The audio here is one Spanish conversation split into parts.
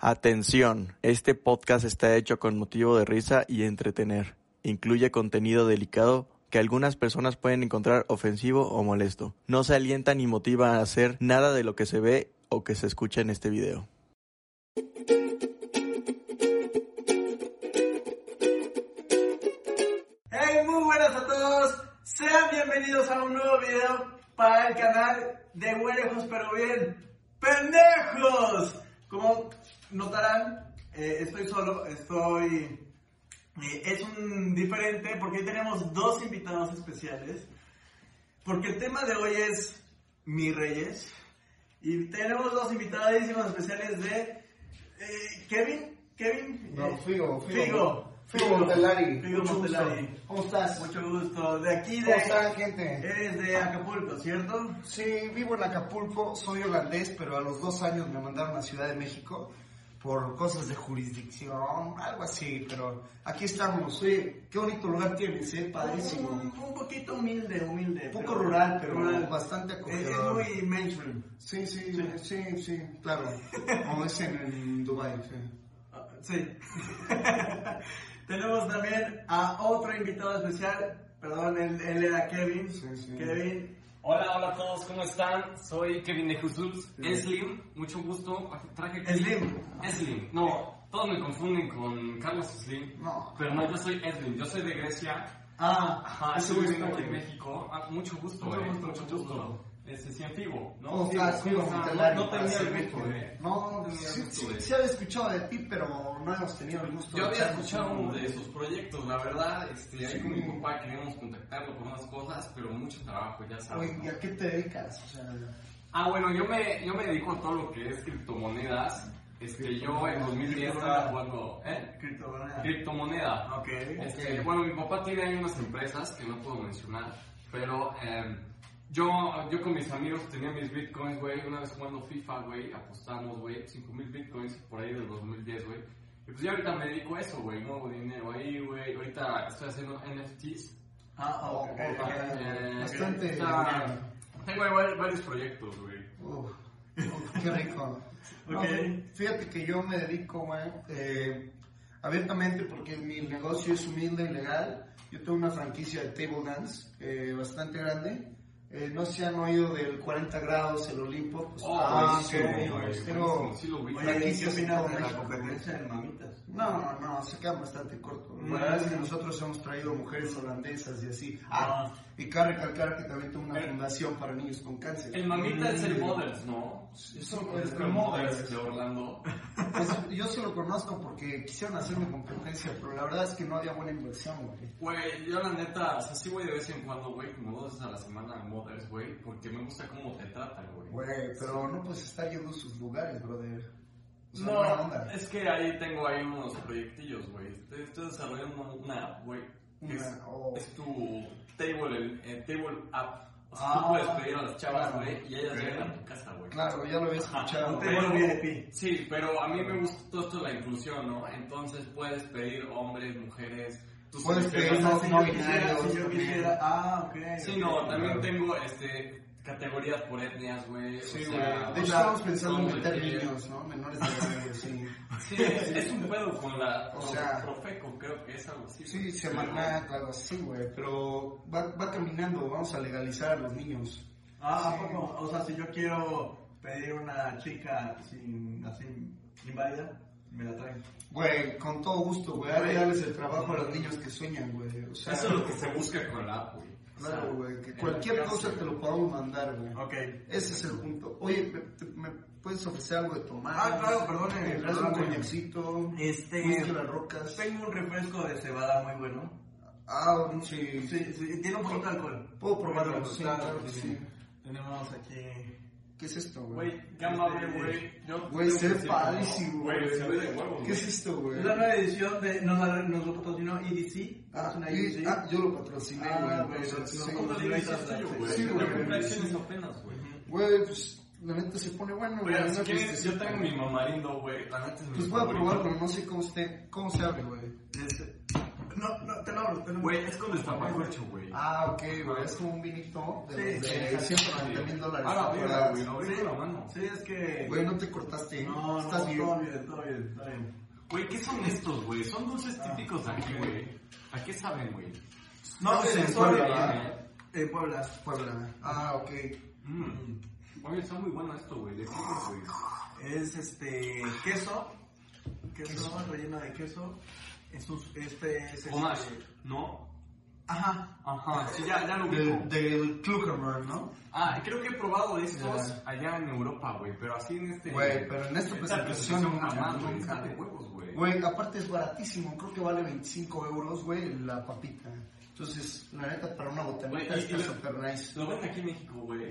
Atención, este podcast está hecho con motivo de risa y entretener. Incluye contenido delicado que algunas personas pueden encontrar ofensivo o molesto. No se alienta ni motiva a hacer nada de lo que se ve o que se escucha en este video. Hey, muy buenas a todos. Sean bienvenidos a un nuevo video para el canal de Huelejos pero bien. ¡Pendejos! Como notarán, eh, estoy solo, estoy... eh, es un diferente porque hoy tenemos dos invitados especiales. Porque el tema de hoy es mis reyes. Y tenemos dos invitadísimos especiales de eh, Kevin. Kevin. No, eh, Figo, Figo. Figo. Figo Montelari. Figo Mucho gusto. Montelari. ¿Cómo estás? Mucho gusto. Eh, De aquí, de. ¿Cómo están, gente? Eres de Acapulco, ¿cierto? Sí, vivo en Acapulco, soy holandés, pero a los dos años me mandaron a Ciudad de México por cosas de jurisdicción, algo así, pero aquí estamos. Sí, qué bonito lugar tienes, eh, padrísimo. Un, un poquito humilde, humilde. Eh, Poco rural, pero bastante acogedor. Es, es muy mainstream. Sí, sí, sí, sí, claro. Como dicen en Dubái, sí. Ah, Sí. Tenemos también a otro invitado especial. Perdón, él, él era Kevin. Sí, sí. Kevin. Hola, hola a todos, ¿cómo están? Soy Kevin de Jesús, Slim, mucho gusto. Traje aquí- Slim. Slim, no, todos me confunden con Carlos Slim. No. Pero no, yo soy Slim, yo soy de Grecia. Ah, Ajá, Ese estoy güey aquí no, en güey. México. Ah, mucho gusto, Mucho eh, gusto, mucho mucho gusto. gusto. Este, sí, en vivo, ¿no? ¿Cómo estás? Sí, Figo o sea, Montelari, no tenía para el ser gusto, gusto. eh. No, tenía el sí, gusto, sí, eh. sí había escuchado de ti, pero no hemos tenido el gusto Yo de había charlar. escuchado uno de esos proyectos, la verdad, este, ahí Sí. con mi papá queríamos contactarlo por unas cosas, pero mucho trabajo, ya sabes. Oye, ¿no? Ah, ¿y a qué te dedicas? O sea... Ah, bueno, yo me, yo me dedico a todo lo que es criptomonedas. Este, yo en 2010 estaba jugando, ¿eh? criptomoneda. Criptomoneda. Ok. Este, bueno, mi papá tiene ahí unas empresas que no puedo mencionar, pero eh, yo, yo con mis amigos tenía mis bitcoins, güey, una vez jugando FIFA, güey, apostamos, güey, 5000 bitcoins por ahí del 2010, güey. Y pues yo ahorita me dedico a eso, güey, nuevo dinero ahí, güey. Ahorita estoy haciendo NFTs. Ah, ok. ok, ok. Eh, Bastante. o sea, tengo ahí varios, varios proyectos, güey. Uf, uf, qué rico. No, Ok. fíjate que yo me dedico, güey, eh, abiertamente porque mi negocio es humilde y legal. Yo tengo una franquicia de table dance eh, bastante grande. Eh, no sé si han oído del 40 grados, el Olimpo. Pues, Oh, ah, buenísimo, sí, güey, pues, buenísimo, Tengo sí lo ubico. Oye, ¿qué franquicias en opinas todo de la México, güey. competencia de mamitas? No, no, se quedan bastante corto. Mm. La verdad es que nosotros hemos traído mujeres holandesas y así. Ah, y cabe recalcar que también tengo una El- fundación para niños con cáncer. El mamita es el Mothers, ¿no? Eso Es el Mothers de Orlando. Pues, yo sí lo conozco porque quisieron hacerme competencia, pero la verdad es que no había buena inversión, güey. Güey, yo la neta, o sea, sí voy de vez en cuando, güey, como dos veces a la semana a Mothers, güey, porque me gusta cómo te tratan, güey. Güey, pero no pues está yendo a sus lugares, brother. O sea, buena No, pues onda. es que ahí tengo ahí unos proyectillos, güey. Estoy, estoy desarrollando una, güey, que es, Una, oh. es tu table, el, eh, table app. O sea, Ah, tú puedes pedir a las chavas, claro. güey, y ellas Ok. llegan a tu casa, güey. Claro, ya lo había Ajá, escuchado. te- table VIP. Sí, pero a mí me gusta todo esto de la inclusión, ¿no? Entonces puedes pedir hombres, mujeres, tus Puedes selecciones. pedir O sea, si No yo quisiera, binarios si yo también. quisiera. Ah, ok. Sí, ok. no, también tengo este, categorías por etnias, güey. Sí, o güey. De hecho, sea, o sea, estamos pensando en como meter de que- niños, ¿no? Menores de edad, güey, sí. Sí, es, es un pedo con la O con sea- Profeco, creo que es algo así. Sí, semanac, algo así, güey. Pero va, va caminando, vamos a legalizar a los niños. Ah, ¿a poco? O sea, si yo quiero pedir una chica sin, así, inválida, me la traen. Güey, con todo gusto, güey. Hay que darles el trabajo a los niños que sueñan, güey. O sea, Eso es lo que se busca con la app, güey. O sea, Claro, güey. Que en cualquier la casa, cosa te güey. lo podamos mandar, güey. Ok. Ese es el punto. Oye, ¿me, te- me puedes ofrecer algo de tomar? Ah, claro, perdone, ¿Tendrás un perdone. coñacito? Este- ¿Whisky de las rocas? Tengo un refresco de cebada muy bueno. Ah, sí. Sí, sí, tiene un poquito de alcohol. Puedo probarlo, sí, Claro, claro que sí. Tenemos aquí ¿Qué es esto, güey? Güey, Gamma Ray, güey. yo- Este, Güey, yo se ve pensé, padrísimo, Güey, güey. se ve de huevo, ¿Qué güey. es esto, güey? Es la nueva edición de. Nos, la- nos lo patrocinó E EDC. Ah, es una E y- EDC. ah, yo lo patrociné, Ah, güey. güey, o sea, no, sí. no, ¿Cómo no, le dices tuyo, güey? Sí, güey. Yo compré acciones apenas, güey. Güey, pues la neta se pone bueno, güey. Mira, la si neta, quieres, pues, yo tengo mi mamarindo, güey. La neta es mi Pues voy a favorito. probar, pero no sé cómo, esté, cómo se abre, güey. Este- No, no, te lo abro, te lo abro. Güey, es con destapacorcho, güey. Ah, ok, güey. Es como un vinito de, Sí, de 190 mil dólares. Ah, la verga, güey, güey. lo abrí con la mano. Sí, es que. Güey, no te cortaste. ¿eh? no, no, Estás bien. todo bien, todo bien, está bien. Güey, ¿qué son estos, güey? Son dulces Ah, típicos de aquí, güey. ¿A qué saben, güey? No, Creo que se en solo Puebla, viene. ¿verdad? En Puebla. Puebla. Ah, ok. Mm. Oye, está muy bueno esto, güey. De pico, güey. Es este. Queso. Queso, relleno de queso. Es un. Este. Es este- Homage, ¿no? Ajá. Ajá, sí, ya, ya lo ubico. Del, del Kluckerman, ¿no? Ah, creo que he probado estos Ya. allá en Europa, güey. Pero así en este... Güey, pero en pues esta Esta presentación presentación nunca, jamás, güey. nunca. Está de huevos, güey. Güey, aparte es baratísimo. Creo que vale 25 euros, güey, la papita. Entonces, la neta, para una botanita Güey, y- está y- súper nice. Lo venden aquí en México, güey.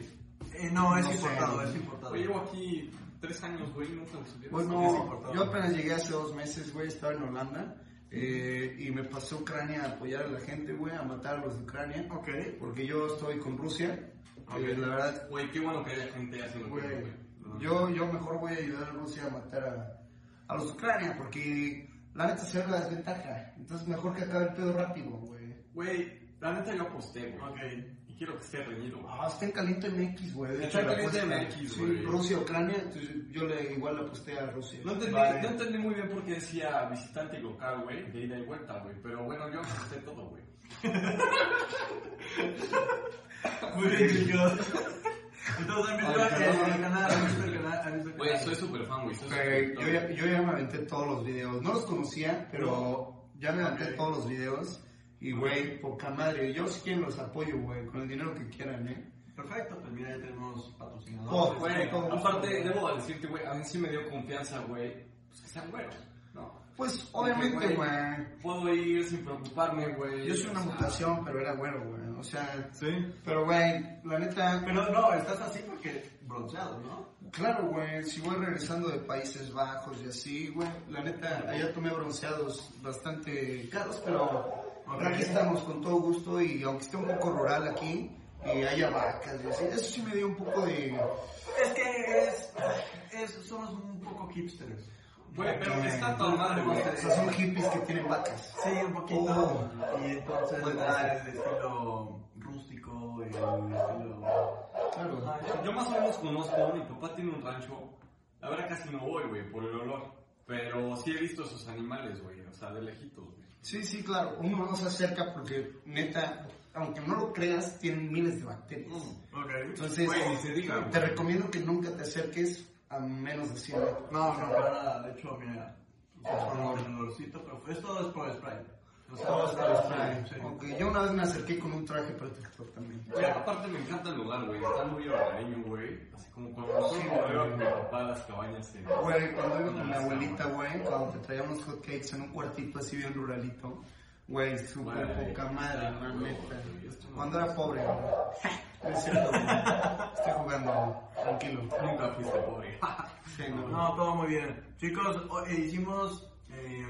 Eh, no, es No sé. importado, es importado. Güey, llevo aquí tres años, güey. Nunca lo subieron. Es Bueno, importado. yo apenas llegué hace dos meses, güey, estaba en Holanda. eh, y me pasé a Ucrania a apoyar a la gente, güey, a matar a los de Ucrania. Ok. Porque yo estoy con Rusia. Ok. eh, la verdad, Güey, qué bueno que haya gente haciendo Güey, eso, güey. No. yo, yo mejor voy a ayudar a Rusia a matar a, a los Ucrania porque la neta se ve la desventaja. Entonces mejor que acabe el pedo rápido, güey. Güey, la neta yo aposté, güey. Ok. Y quiero que esté reñido, güey. Ah, está en caliente MX, güey. De Está en la caliente apuesta- MX, sí, güey. Rusia, Ucrania, entonces yo le igual la aposté a Rusia. No entendí, Vale. no entendí muy bien por qué decía visitante y local, güey, de ida y vuelta, güey. Pero bueno, yo aposté todo, güey. Muy bien, chicos. Entonces, han visto Ay, perdón. el el canal, han visto el canal, han visto el Güey, canal. soy súper fan, güey. soy Güey, súper yo, ya, yo ya me aventé todos los videos. No los conocía, pero ya me aventé Ok. todos los videos. Y, güey, poca madre. Yo sí quien los apoyo, güey, con el dinero que quieran, ¿eh? Perfecto, pues mira, ya tenemos patrocinadores. Oh, fan. güey, todo Güey, gusto. pues, aparte, debo decirte, güey, a mí sí me dio confianza, güey, pues que sean güeros, ¿no? Pues, Porque, obviamente, güey, güey. Puedo ir sin preocuparme, güey. Yo soy una o sea, mutación, pero era güero, güey. O sea, Sí. pero güey, la neta, Pero no, estás así porque bronceado, ¿no? claro, güey, si voy regresando de Países Bajos y así, güey, la neta, allá tomé bronceados bastante caros, pero ahora aquí estamos con todo gusto y aunque esté un poco rural aquí, y haya vacas y así, eso sí me dio un poco de... Es que es, es- somos un poco hipsters. Güey, pero está toda madre, güey. O sea, son hippies que tienen vacas. Sí, un poquito. Oh. Y entonces Bueno. ah, el estilo rústico, el estilo... Claro. Yo- Yo más o menos conozco, mi papá tiene un rancho. La verdad casi no voy, güey, por el olor. Pero sí he visto esos animales, güey, o sea, de lejitos, güey. Sí, sí, claro, uno no se acerca porque, neta, aunque no lo creas, tienen miles de bacterias. Ok. Entonces, Güey, ni se diga, te güey. recomiendo que nunca te acerques a menos de Ah, 100 metros. No, no, para nada. De hecho, mira, es un olorcito, pero fue- esto es por spray. O sea, Todo es está por bien. spray, sí. Ok, yo una vez me acerqué con un traje protector también. Güey, aparte me encanta el lugar, güey. Está muy hogareño, güey. Así como cuando nosotros veo con mi papá las cabañas en... Güey, cuando iba en con mi Alaska, abuelita, güey. güey, cuando te traíamos hotcakes en un cuartito así bien ruralito, güey, súper Güey, poca madre, está la huevo, neta. güey, esto no- Cuando era pobre, güey. No es cierto, güey. Estoy jugando, güey. tranquilo. Nunca fuiste pobre. Sí, no. No, todo muy bien. Chicos, o- eh, hicimos eh,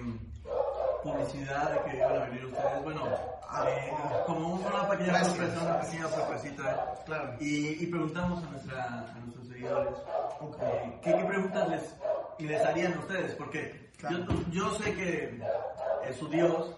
publicidad de que iban a venir ustedes. Bueno, eh, como una pequeña Gracias. sorpresa, una pequeña sorpresita. Claro. Y, y preguntamos a, nuestra, a nuestros seguidores eh, ¿qué, qué preguntas les, les harían a ustedes. Porque Claro. yo, yo sé que eh, su dios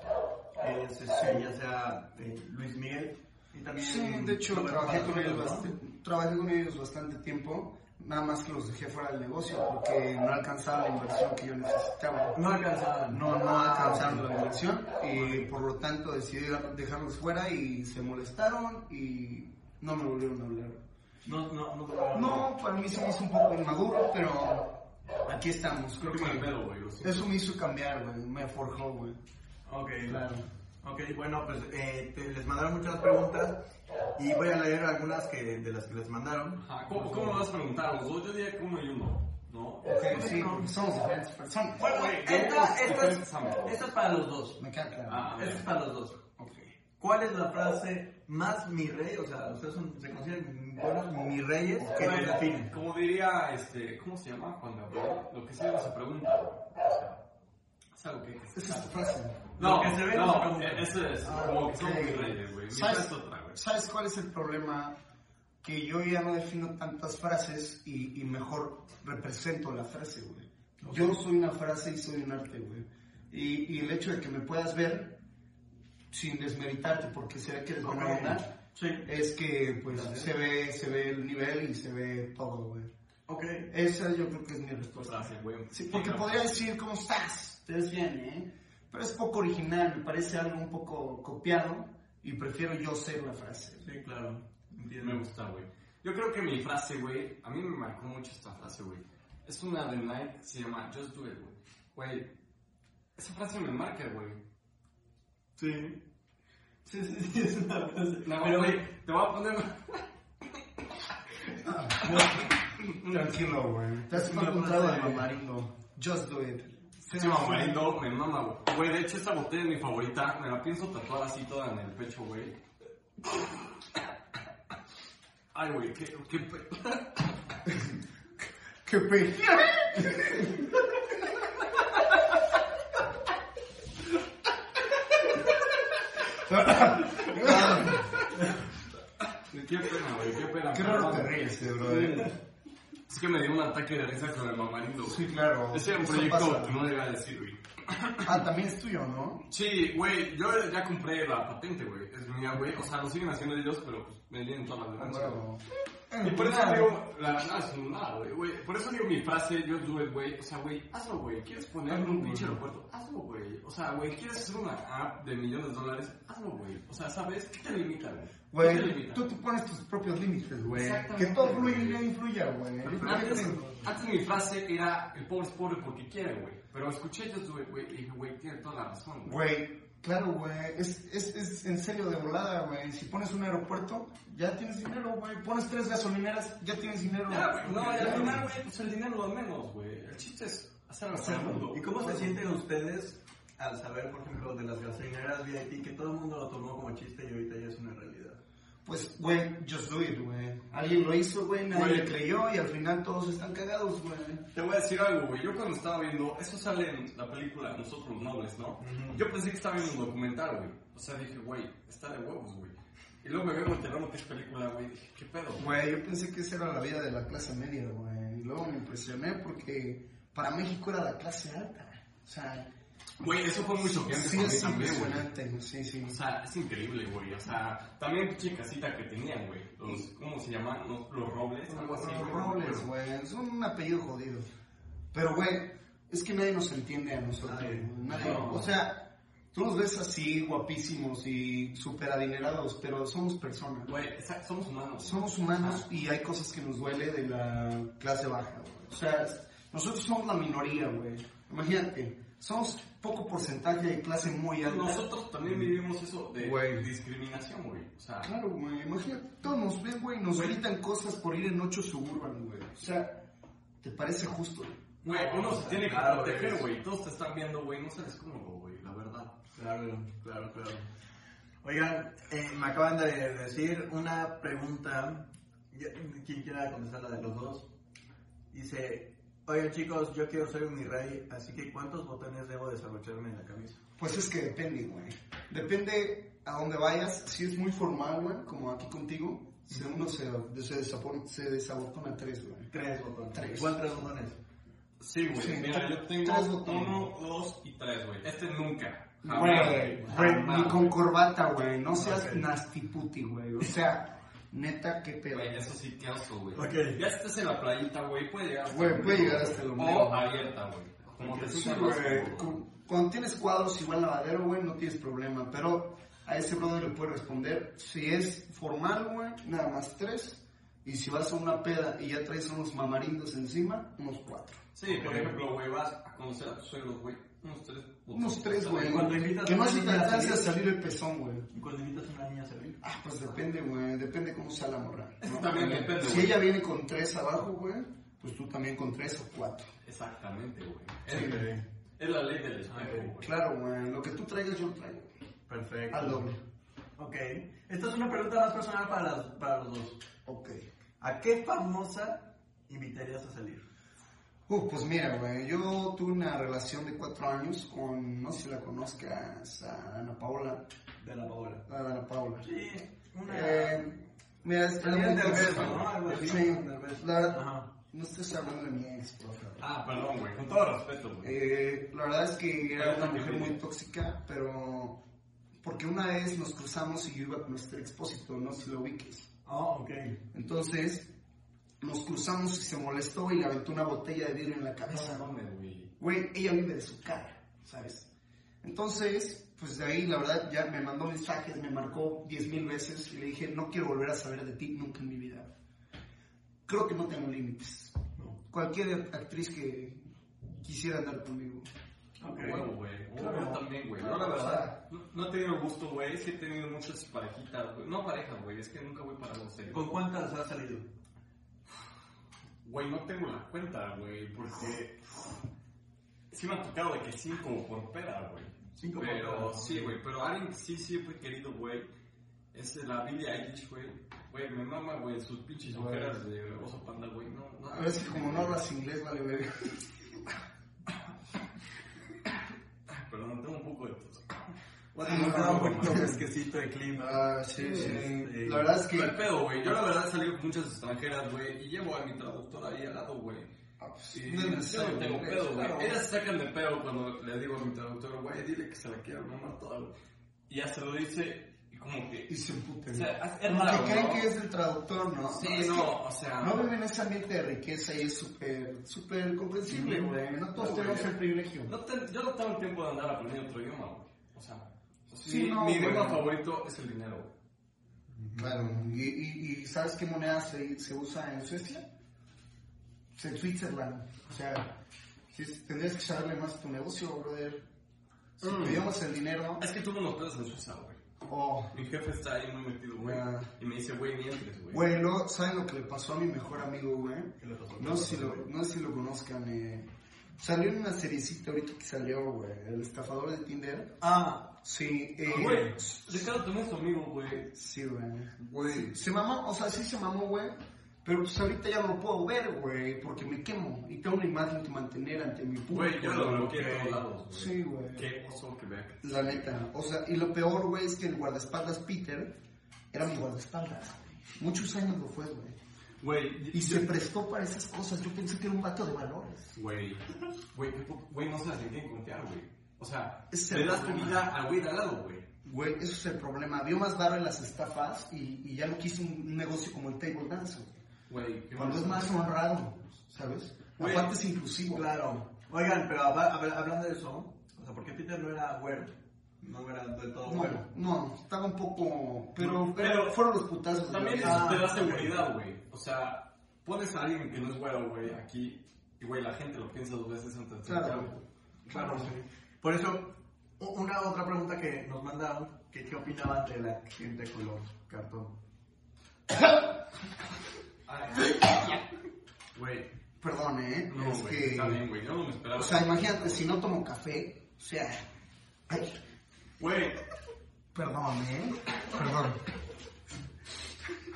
es, este, ya sea eh, Luis Miguel. Y también Sí, de hecho Roberto trabajé con, Martínez, ellos ¿no? bastante, trabajé con ellos bastante tiempo, nada más que los dejé fuera del negocio porque no alcanzaba la inversión que yo necesitaba. No alcanzaban. No, no alcanzaron la inversión y por lo tanto decidí dejarlos fuera y se molestaron y no me volvieron a hablar. No, no, no. tocaron. No, para mí se me hizo un poco inmaduro, pero aquí estamos. Creo Creo que me que pedo, güey. lo siento. eso me hizo cambiar, güey, me forjó, güey. Ok, Claro. Ok, bueno, pues eh, te- les mandaron muchas preguntas y voy a leer algunas que, de las que les mandaron. Ajá, ¿Cómo, ¿Cómo me vas a preguntar? Los dos, yo diría que uno y uno, ¿no? Ok, sí, somos diferentes personas. Bueno, Esta, esta, es, Sambo. esta es para los dos. Me queda claro. Ah, Esta es para los dos. Ok. ¿Cuál es la frase más mi rey? O sea, ustedes son- se consideran buenos mi reyes que los Bueno, definen. como diría, este, ¿cómo se llama? Cuando Gabriel? lo que sea no se pregunta. O sea, es algo que hay que Esa es aceptar. tu frase. No, Lo que se ve no se no, eh, pregunta. eso es, Ah, como que ok. somos muy reyes, güey. Mi frase ¿Sabes, es otra, güey. sabes cuál es el problema? Que yo ya no defino tantas frases y, y mejor represento la frase, güey. Yo soy una frase y soy un arte, güey. Y, y el hecho de que me puedas ver sin desmeritarte, porque se ve que eres buena onda, Sí. es que pues se ve, se ve el nivel y se ve todo, güey. Ok. Esa yo creo que es mi respuesta. Frase, Pues, güey. Sí, porque podría decir, ¿cómo estás? Te ves bien, ¿eh? Pero es poco original, me parece algo un poco copiado y prefiero yo ser la frase. Sí, claro. Entiendo. Me gusta, güey. Yo creo que mi frase, güey, a mí me marcó mucho esta frase, güey. Es una de Nike, se llama Just Do It, güey. Güey, esa frase me marca, güey. Sí. Sí, sí, sí, es una frase. No, Pero, güey, te voy a poner... Mm. Tranquilo, güey. Te has Me encontrado puse- de mamarindo. Just do it. Se llama Guarindo, me mama, güey. Güey, de hecho, esta botella es mi favorita. Me la pienso tatuar así toda en el pecho, güey. Ay, güey, qué, qué... pe- ¡Qué pe... Qué pena, güey, qué pena. Qué raro te perdón. ríes, eh, brother. Es que me dio un ataque de risa con el mamarindo, güey. Sí, claro. Ese era un Eso proyecto pasa. que no le iba a decir, güey. Ah, también es tuyo, ¿no? Sí, güey, yo ya compré la patente, güey. Es mía, güey. O sea, lo siguen haciendo ellos, pero pues me vienen todas las ganancias. güey. Ah, Bueno. Y por eso digo, la no, es un nada, güey, güey. Por eso digo mi frase, yo do it, güey. O sea, güey, hazlo, güey. ¿Quieres poner Hazlo, un güey. pinche aeropuerto? Hazlo, güey. O sea, güey, ¿quieres hacer una app de millones de dólares? Hazlo, güey. O sea, ¿sabes? ¿Qué te limita, güey? ¿Qué te Güey, limita? tú te pones tus propios límites, güey. Que Exactamente, todo fluya y güey. no influya, güey. Yo creo que Antes, tengo- antes mi frase era, el pobre es pobre porque quiere, güey. Pero escuché yo do it, güey, y dije, güey, tiene toda la razón, güey. Güey, claro, güey. Es, es, es en serio de volada, güey. Si pones un aeropuerto, ya tienes dinero, güey. Pones tres gasolineras, ya tienes dinero. Ya, güey, No, y al final, güey, pues el dinero lo menos, güey. El chiste es hacer al mundo. ¿Y cómo se sienten ustedes al saber, por ejemplo, de las gasolineras VIP que todo el mundo lo tomó como chiste y ahorita ya es una realidad? Pues, güey, just do it, güey. Alguien lo hizo, güey, nadie Güey. le creyó y al final todos están cagados, güey. Te voy a decir algo, güey. Yo cuando estaba viendo, eso sale en la película Nosotros los Nobles, ¿no? Yo pensé que estaba viendo un documental, güey. O sea, dije, güey, está de huevos, güey. Y luego me veo enterando que es película, güey. Dije, ¿qué pedo? güey? Güey, yo pensé que esa era la vida de la clase media, güey. Y luego me impresioné porque para México era la clase alta. O sea, Güey, eso fue muy choqueante sí para mí es también, güey. impresionante, sí, sí. O sea, es increíble, güey. O sea, también pinche casita que tenían, güey. Los, ¿cómo se llaman? Los, los robles, algo así. Los güey. Robles, güey. Es un apellido jodido. Pero, güey, es que nadie nos entiende a nosotros. Nadie. güey. Nadie. No. O sea, tú nos ves así, guapísimos y súper adinerados, pero somos personas. Güey, esa- somos humanos. Somos humanos y hay cosas que nos duele de la clase baja, güey. O sea, nosotros somos la minoría, güey. Imagínate, somos poco porcentaje de clase muy alta. Nosotros también vivimos eso de Güey. discriminación, güey. O sea, Claro, güey. Imagínate, todos nos ven, güey, nos gritan cosas por ir en ocho suburban, güey. O sea, ¿te parece justo? güey, uno se tiene que Claro, proteger, güey. güey. Todos te están viendo, güey. No sabes cómo, güey, la verdad. Claro, claro, claro. Oigan, eh, me acaban de decir una pregunta. Ya- Quien quiera contestarla de los dos. Dice, oigan chicos, yo quiero ser un mi rey, así que ¿cuántos botones debo desabrocharme en la camisa? Pues es que depende, güey. Depende a dónde vayas. Si es muy formal, güey, como aquí contigo, si uno se, se, desabotona, se desabotona tres, güey. Tres botones. Tres. Igual tres botones. Sí, güey. Sí, Mira, tre- yo tengo tres botones. uno, dos y tres, güey. Este nunca. Jamás, Güey, güey, Jamás, ni con güey. corbata, güey. No seas Ok. nasty puti, güey. O sea, neta, qué pedo. Güey, eso sí, qué asco, güey. Ok. Ya estás en la playita, güey. Puede llegar hasta Güey, el puede ombligo, llegar hasta el güey. ombligo. O abierta, güey. Como te Sí, sientas más güey. cómodo. Cu- Cuando tienes cuadros igual lavadero, güey, no tienes problema. Pero a ese brother le puedes responder. Si es formal, güey, nada más tres. Y si vas a una peda y ya traes unos mamarindos encima, unos cuatro. Sí, por ejemplo, güey, vas a conocer a tus suegros, güey. Unos tres. Unos tres, güey. Cuando invitas Que a no una se te niña a alcance a salir. salir el pezón, güey. ¿Y cuando invitas a una niña a servir? Ah, pues depende, güey. Depende cómo sea la morra. Eso también depende, Si güey. ella viene con tres abajo, güey, pues tú también con tres o cuatro. Exactamente, güey. Sí, Es- güey. Es la ley del espejo, güey. Claro, güey. Lo que tú traigas, yo traigo. Perfecto. Al doble. Ah, Ok. Esta es una pregunta más personal para, las- para los dos. Ok. ¿A qué famosa invitarías a salir? Uh, pues mira, güey, yo tuve una relación de cuatro años con, no sé si la conozcas, a Ana Paola. De la Paola. A Ana Paola. Sí, una. Eh, mira, es Pero bien muy del beso, tóxica. ¿no? Algo así, Sí, del beso. la verdad, Ajá. no estés hablando de mi ex, por favor. Ah, perdón, güey, con todo respeto, güey. Eh, la verdad es que era una Pero, mujer ¿qué? muy tóxica, pero porque una vez nos cruzamos y yo iba con nuestro expósito, no sé si lo ubiques. Oh, ok. Entonces, nos cruzamos y se molestó y le aventó una botella de vidrio en la cabeza. No mames, güey. Güey, ella vive de su cara, ¿sabes? Entonces, pues de ahí, la verdad, ya me mandó mensajes, me marcó diez mil veces y le dije, no quiero volver a saber de ti nunca en mi vida. Creo que no tengo límites. No. Cualquier actriz que quisiera andar conmigo. Ok. Huevo, güey. Claro. Yo también, güey. Yo, la verdad, no, no he tenido gusto, güey. Sí he tenido muchas parejitas, güey. No parejas, güey. Es que nunca voy para los seis. ¿Con cuántas has salido? Güey, no tengo la cuenta, güey. Porque sí me ha tocado de que cinco por pera, güey. Cinco por Pero pera. sí, güey. Pero alguien que sí siempre he querido, güey. Es la Billie Eilish, güey. Güey, me mama, güey. Sus pinches ojeras de oso panda, güey. No, no. A ver si como no hablas inglés, vale, bebé. Perdón, tengo un poco de tos. Bueno, me queda un poquito fresquecito de clima. Ah, sí, sí. Este, La verdad es No hay que... pedo, güey. Yo la verdad he salido con muchas extranjeras, güey. Y llevo a mi traductora ahí al lado, güey. ah, pues, Y no es yo necesario, no tengo güey, pedo, güey. claro. Ellas sacan de pedo cuando le digo a mi traductora, güey, dile que se la quiero mamar toda, güey. Y ya se lo dice y como que... Y se emputan. O sea, es Como raro, que creen ¿no? que es el traductor, ¿no? Sí, Es que- no, o sea... No viven en ese ambiente de riqueza y es súper, súper comprensible, güey. No todos No, tenemos güey. el privilegio. no te- yo no tengo el tiempo de andar aprendiendo otro idioma, güey. O sea... Sí, mi- no, mi güey. idioma favorito es el dinero, güey. Claro, y, y, y ¿sabes qué moneda se, se usa en Suecia? Es en Switzerland. O sea, sí, tendrías que saberle más a tu negocio, brother. Si Mm. tuviéramos el dinero, Es que tuve unos pedos en Suiza, güey. oh, Mi jefe está ahí muy metido, güey. Ah. Y me dice, güey, ni entres, güey. güey, lo- ¿saben lo que le pasó a mi mejor amigo, güey? No sé si lo, no sé si lo conozcan, eh. Salió en una seriecita ahorita que salió, güey, el estafador de Tinder. Ah, Sí, eh, Güey, Ricardo también es tu amigo, güey. Sí, güey. Güey. Se mamó, o sea, sí se mamó, güey. Pero pues ahorita ya no lo puedo ver, güey, porque me quemo. Y tengo una imagen que mantener ante mi público. Güey, yo lo bloqueé de todos güey. lados, güey. Sí, güey. Qué oso que vea que... La neta. O sea, y lo peor, güey, es que el guardaespaldas Peter era mi guardaespaldas. güey. Muchos años lo fue, güey. Güey, Y se prestó para esas cosas. Yo pensé que era un vato de valores. Güey, güey, qué po- güey, no sabes en quién confiar, güey. O sea, Es le el das tu problema. vida al güey de al lado, güey. Güey, eso es el problema. Vio más barro en las estafas y, y ya no quiso un negocio como el table dance, güey. Güey, qué Cuando mal- es más honrado, ¿sabes? Güey. Aparte es inclusivo. claro. Oigan, pero hab- hab- hablando de eso, o sea, ¿por qué Peter no era güero? No era del todo Bueno, güero. no, estaba un poco. Pero, Pero- pero fueron los putazos. de También la- eso te da seguridad, güey. O sea, pones a alguien que no es güero, güey, aquí. Y, güey, la gente lo piensa dos veces antes de Claro. aceptarlo, güey. Claro, sí. Por eso, u- una otra pregunta que nos mandaron, que qué opinaban de la gente color cartón. Güey, Perdón, ¿eh? no, es güey, que. está bien, güey. Yo no me esperaba. o sea, imagínate, si no tomo café, o sea. Ay, Güey, perdón, ¿eh? Perdón.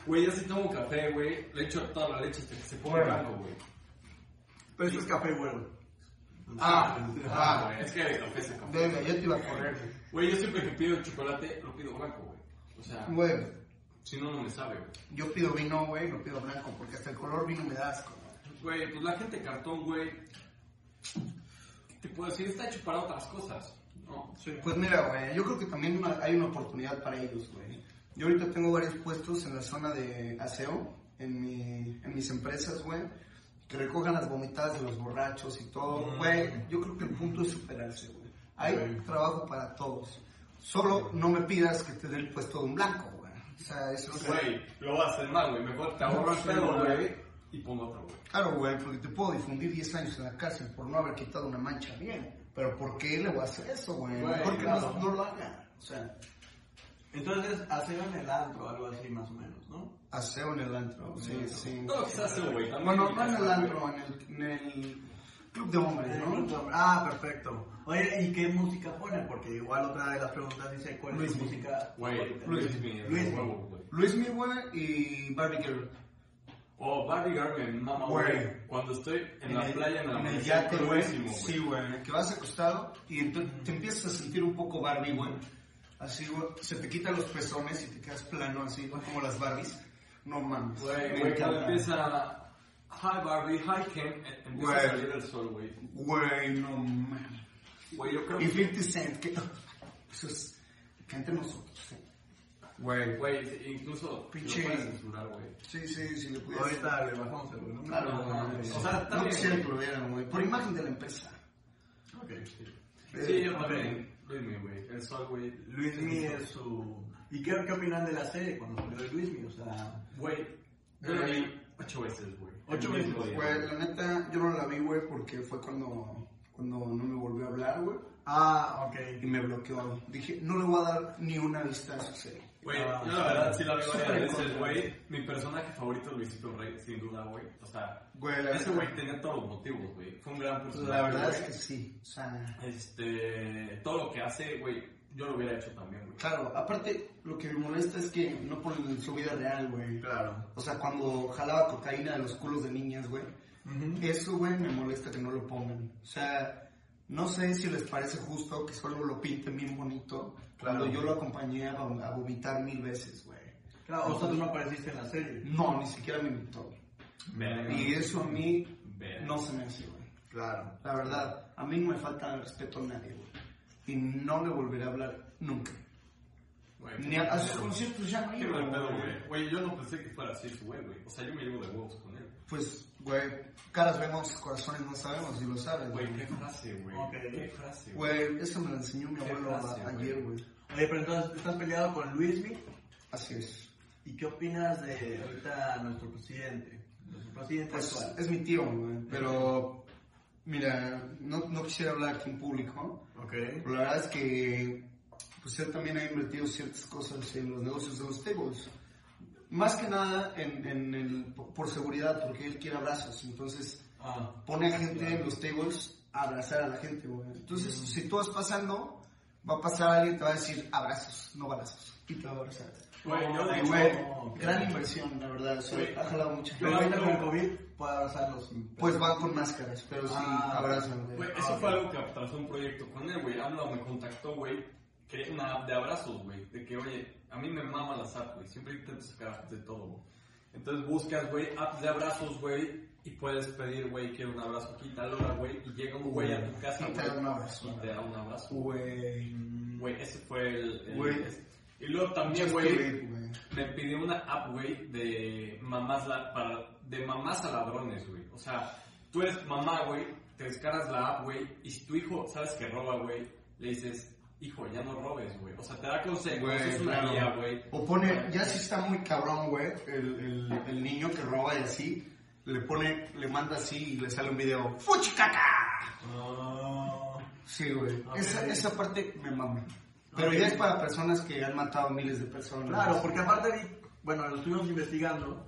güey, yo sí tomo café, güey. Le echo toda la leche hasta que se ponga Güey. blanco, güey. Pero eso es café güero. Ah, Ah, ah, güey, es que de café se café. venga, yo te iba a correr. Güey, yo siempre que pido chocolate, lo pido blanco, güey. O sea, Güey, si no, no me sabe, güey. yo pido vino, güey, no pido blanco, porque hasta el color vino me da asco. Güey, pues la gente cartón, güey. ¿Qué Te puedo decir, está hecho para otras cosas. No. Pues mira, güey, yo creo que también una- hay una oportunidad para ellos, güey. Yo ahorita tengo varios puestos en la zona de aseo, en, mi- en mis empresas, güey, que recojan las vomitadas de los borrachos y Mm. todo, güey. Yo creo que el punto es superarse, güey. Hay trabajo para todos. Solo no me pidas que te dé el puesto de un blanco, güey. O sea, eso es... Güey, lo vas a hacer mal, güey. Mejor te ahorro el Sí, pedo, güey. güey. Y pongo otro, güey. Claro, güey, porque te puedo difundir 10 años en la cárcel por no haber quitado una mancha bien. Pero ¿por qué le voy a hacer eso, güey? Güey, Mejor que claro. no, no lo haga. O sea... Entonces, hacer en el antro, algo así más o menos, ¿no? Aseo en el antro, sí, sí. No lo que se hace, güey. también Bueno, mi no en casa, el güey. antro, en el, en el- Club de hombres, ¿no? Ah, perfecto. Oye, ¿y qué música ponen? Porque igual otra de las preguntas dice cuál es Luis. su música. Güey, favorita. Luis, mi Luis. huevo, güey. Luis Miguel y Barbie Girl. O Barbie Oh, Girl me mama, Güey. güey. Cuando estoy en la el- playa, en la en el amanecer, yate, güey. buenísimo, güey. Sí, güey, en el que vas acostado y ento- te empiezas a sentir un poco Barbie, güey. Así, güey, se te quitan los pezones y te quedas plano así, güey, como las Barbies. No mames. Güey, me güey, cuando encanta. empieza Hi Barbie, hi Ken, eh, empieza Güey. a salir el sol, güey. Güey, no mames. Güey, yo creo Y que... 50 Cent, que. oh, Eso es. Que entre nosotros, eh. Güey. Güey, incluso Pinche- lo puedes censurar, güey. Sí, sí, sí, le pudieras. Ahorita le bajamos el volumen. Claro, Ah, No, güey. mames. O sea, está no bien, quisiera güey. que lo vieran, güey. Por imagen de la empresa. Ok. Sí, yo también. Luismi, Eh, güey. El sol, güey. Luismi es su. ¿Y qué, qué opinan de la serie cuando salió de Luismi? O sea, Güey, yo lo vi ocho veces, güey. Ocho El mismo veces, día, Güey, la neta, yo no la vi, güey, porque fue cuando, cuando no me volvió a hablar, güey. ah, Y ok. me bloqueó. Dije, no le voy a dar ni una vista a esa serie. Güey, Ah, yo la verdad sí la vi súper varias veces, contra. güey. Mi personaje favorito es Luisito Rey, sin duda, güey. O sea, Güey, la ese neta- Este güey tenía todos los motivos, güey. Fue un gran personaje. La verdad es güey. que sí. O sea, Este. Todo lo que hace, güey, yo lo hubiera hecho también, güey. claro, aparte, lo que me molesta es que no ponen su vida real, güey. Claro. O sea, cuando jalaba cocaína de los culos de niñas, güey. Eso, güey, me molesta que no lo pongan. O sea, no sé si les parece justo que solo lo pinten bien bonito. Cuando yo lo acompañé a, vom- a vomitar mil veces, güey. Claro, o sea, tú no apareciste en la serie. No, ni siquiera me invitó. Verga. Y eso a mí Verga. no se me hace, güey. Claro. La verdad, a mí no me falta el respeto a nadie, güey. Y no le volveré a hablar nunca. Güey, Ni a, a sus conciertos ya no Qué mal iba, pedo, güey. güey. Güey, yo no pensé que fuera así su güey, güey. O sea, yo me llevo de huevos con él. Pues, güey, caras vemos, corazones no sabemos, y lo sabes, Güey, qué frase, güey. Ok. Qué frase, güey. Güey, eso me lo enseñó mi Qué abuelo frase, a- ayer, güey. güey. Oye, pero entonces, ¿estás peleado con Luismi? Así es. ¿Y qué opinas de ahorita nuestro presidente? Nuestro presidente Pues actual. es mi tío, güey. Pero, mira, no, no quisiera hablar aquí en público. Ok. Pero la verdad es que, pues él también ha invertido ciertas cosas en los negocios de los tables. Más que nada en, en el, por seguridad, porque él quiere abrazos. Entonces, Ah, pone a gente en los tables a abrazar a la gente, güey. Entonces, si tú vas pasando, va a pasar alguien y te va a decir abrazos, no balazos. Y te va a abrazar. Güey, yo de Y, hecho- güey, ok. gran inversión, la verdad. O sea, Güey. ha jalado mucha Pero gente. ahorita con el COVID puedo abrazarlos. Pues van con máscaras, pero sí Ah, abrazan, güey. Güey, eso Ah, fue algo que trazó un proyecto con él, güey. AMLO me contactó, güey. Quería una app de abrazos, güey. De que, oye, a mí me mama las apps, güey. Siempre intento sacar apps de todo, güey. Entonces buscas, güey, apps de abrazos, güey. Y puedes pedir, güey, quiero un abrazo aquí, tal hora, güey. Y llega un güey a tu casa, Y te güey, da un abrazo. Y te da un abrazo. Güey. Güey, ese fue el... el- Güey. Y luego también, Just güey, do it, güey. me pidió una app, güey, de mamás, la- para, de mamás a ladrones, güey. O sea, tú eres mamá, güey, te descargas la app, güey, y si tu hijo sabes que roba, güey, le dices, hijo, ya no robes, güey. O sea, te da consejos, Güey, es una claro. guía, güey. O pone, ya si está muy cabrón, güey, el, el, el niño que roba y así, le pone, le manda así y le sale un video, ¡Fuchicaca! Ah. Sí, güey. Esa, esa parte me mama. Pero Ok. ya es para personas que han matado miles de personas. Claro, porque aparte, vi- bueno, lo estuvimos investigando.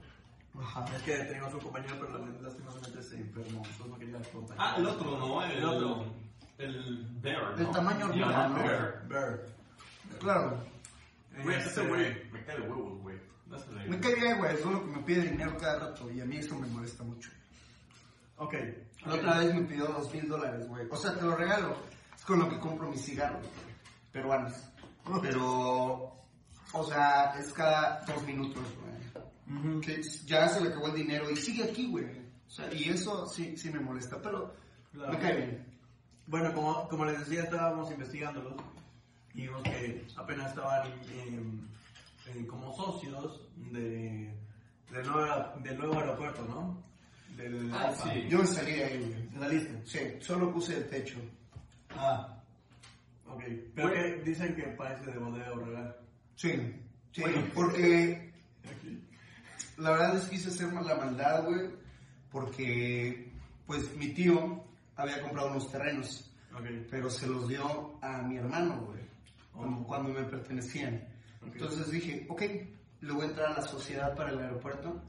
Es que teníamos un compañero, pero la- lastimosamente se enfermó. Entonces no quería contar. Ah, el otro, ¿no? El, El otro. El bear, El ¿no? tamaño Ya, hormiga, ¿no? bear. Bird. Claro. Güey, Este, ese güey, me cae de huevos, güey. No se le- Me cae bien, güey, es lo que me pide dinero cada rato y a mí eso me molesta mucho. Ok. La otra vez me pidió dos mil dólares, güey. O sea, te lo regalo. Es con lo que compro mis cigarros, güey. Peruanos. Pero, o sea, es cada dos minutos, güey. Que ya se le acabó el dinero y sigue aquí, güey. O sea, y eso sí, sí me molesta, pero Claro. me cae bien. Bueno, como, como les decía, estábamos investigándolos y vimos que apenas estaban em, em, como socios de, del, nuevo, del nuevo aeropuerto, ¿no? Del Ah, AIFA. sí. Yo me salí de ahí, güey. ¿Te saliste? Sí, solo puse el techo. Ah, ok. Pero Güey. que dicen que parece de bodega o regal. Sí, sí, porque la verdad es que quise hacer la maldad, güey, porque pues mi tío había comprado unos terrenos, Ok. pero se los dio a mi hermano, güey, cuando- Oh. cuando me pertenecían. Entonces dije, ok, le voy a entrar a la sociedad para el aeropuerto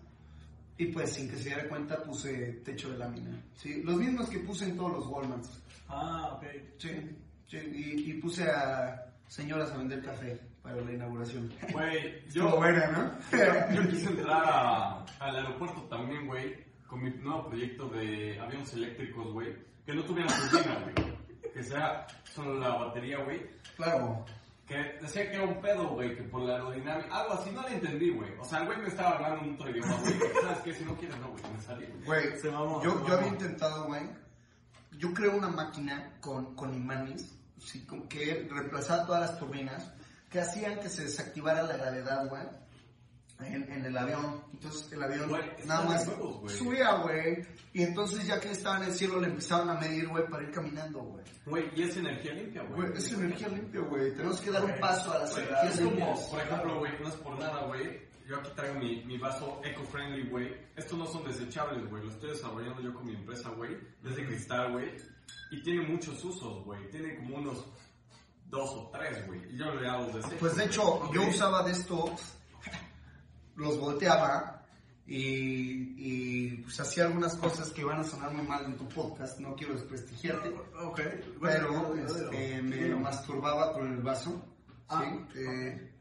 Y pues sin que se diera cuenta puse techo de lámina. ¿sí? Los mismos que puse en todos los Walmarts. Ah, ok. Sí, sí, Y, y puse a señoras a vender café para la inauguración. Güey, yo, Estuvo buena, ¿no? yo quise entrar a- al aeropuerto también, güey, con mi nuevo proyecto de aviones eléctricos, güey, que no tuvieran turbina, güey. Que sea solo la batería, güey. claro. Que decía que era un pedo, güey, que por la aerodinámica, algo así, no le entendí, güey. O sea, el güey me estaba hablando un idioma, güey. ¿Sabes qué? Si no quieres, no, güey, me salí, güey. Güey, Se mamó, se yo, mamó. yo había intentado, güey. Yo creo una máquina con, con imanes sí, con- que reemplazaba todas las turbinas que hacían que se desactivara la gravedad, güey. En, en el avión. Entonces el avión Güey, nada están más de huevos, güey. subía, güey. Y entonces ya que estaba en el cielo le empezaban a medir, güey, para ir caminando, güey. Güey, y es energía limpia, güey. Güey, es energía limpia, güey. Tenemos que dar un paso a las Güey, energías es como, limpias. por ejemplo, güey, no es por nada, güey. Yo aquí traigo mi, mi vaso eco-friendly, güey. Estos no son desechables, güey. Los estoy desarrollando yo con mi empresa, güey. Es de cristal, güey. Y tiene muchos usos, güey. Tiene como unos dos o tres, güey. Y yo le hago desechos. Pues de hecho, güey. yo Ok. usaba de estos, los volteaba y, y, pues hacía algunas cosas que van a sonar muy mal en tu podcast, no quiero desprestigiarte, Ok. pero Bueno, este, me masturbaba con el vaso. Ah, sí, eh,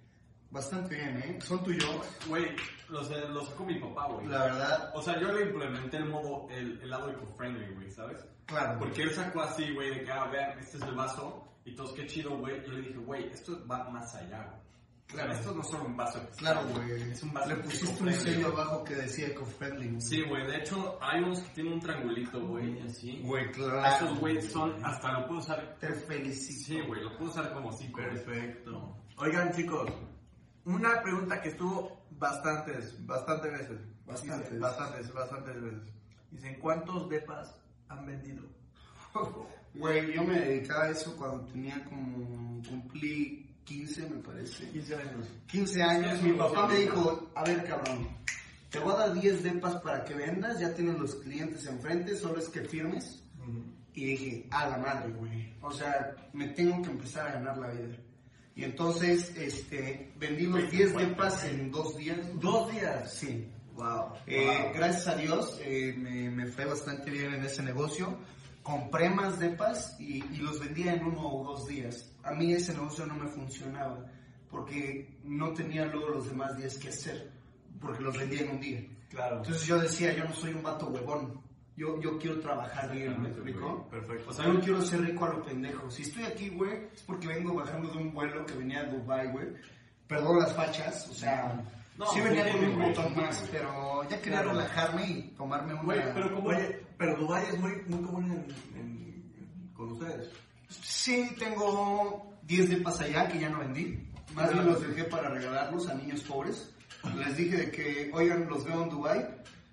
bastante bien, ¿eh? Son tuyos, Güey, los, eh, los sacó mi papá, güey. la verdad, O sea, yo le implementé el modo, el, el lado eco-friendly, güey, ¿sabes? claro. Porque él sacó así, güey, de que, ah, vean, este es el vaso. Y todos, qué chido, güey. Y yo le dije, güey, esto va más allá, güey. Claro, Claro. esto no es solo un vaso. de cristal, Claro, güey. Es un vaso. Le de pusiste un cristal, sello güey. abajo que decía eco-friendly. ¿no? Sí, güey, de hecho, hay unos que tienen un triangulito, güey, así. Güey, Esos, claro. güey, son, hasta lo puedo usar. Te felicito. Sí, güey, lo puedo usar como cinco veces. Perfecto. Oigan, chicos, una pregunta que estuvo bastantes, bastantes veces. Bastantes. Dicen, bastantes, bastantes veces. Dicen, ¿cuántos depas han vendido? Güey, yo me dedicaba a eso cuando tenía como. cumplí 15, me parece. 15 años. 15 años, mi papá me dijo: A ver, cabrón, te voy a dar 10 depas para que vendas, ya tienes los clientes enfrente, solo es que firmes. Y dije: A la madre, güey. O sea, me tengo que empezar a ganar la vida. Y entonces, este, vendí los 10 depas en dos días. ¿Dos días? Sí. Wow. Eh, Gracias a Dios eh, me, me fue bastante bien en ese negocio. Compré más depas y, y los vendía en uno o dos días. A mí ese negocio no me funcionaba porque no tenía luego los demás días que hacer porque los vendía en un día. Claro. Entonces yo decía, yo no soy un vato huevón. Yo, yo quiero trabajar bien, ¿me Exactamente, explico? güey. Ah, Perfecto. O sea, yo no quiero ser rico a lo pendejo. Si estoy aquí, güey, es porque vengo bajando de un vuelo que venía de Dubai, güey. Perdón las fachas, o sea, No, sí venía sí, con un güey. montón más, pero ya quería Claro. relajarme y tomarme una... Güey, pero como. Oye, pero Dubái es muy, muy común en, en- con ustedes. Sí, tengo 10 de allá que ya no vendí. Más bien los dejé para regalarlos a niños pobres. Les dije de que, oigan, los veo en Dubai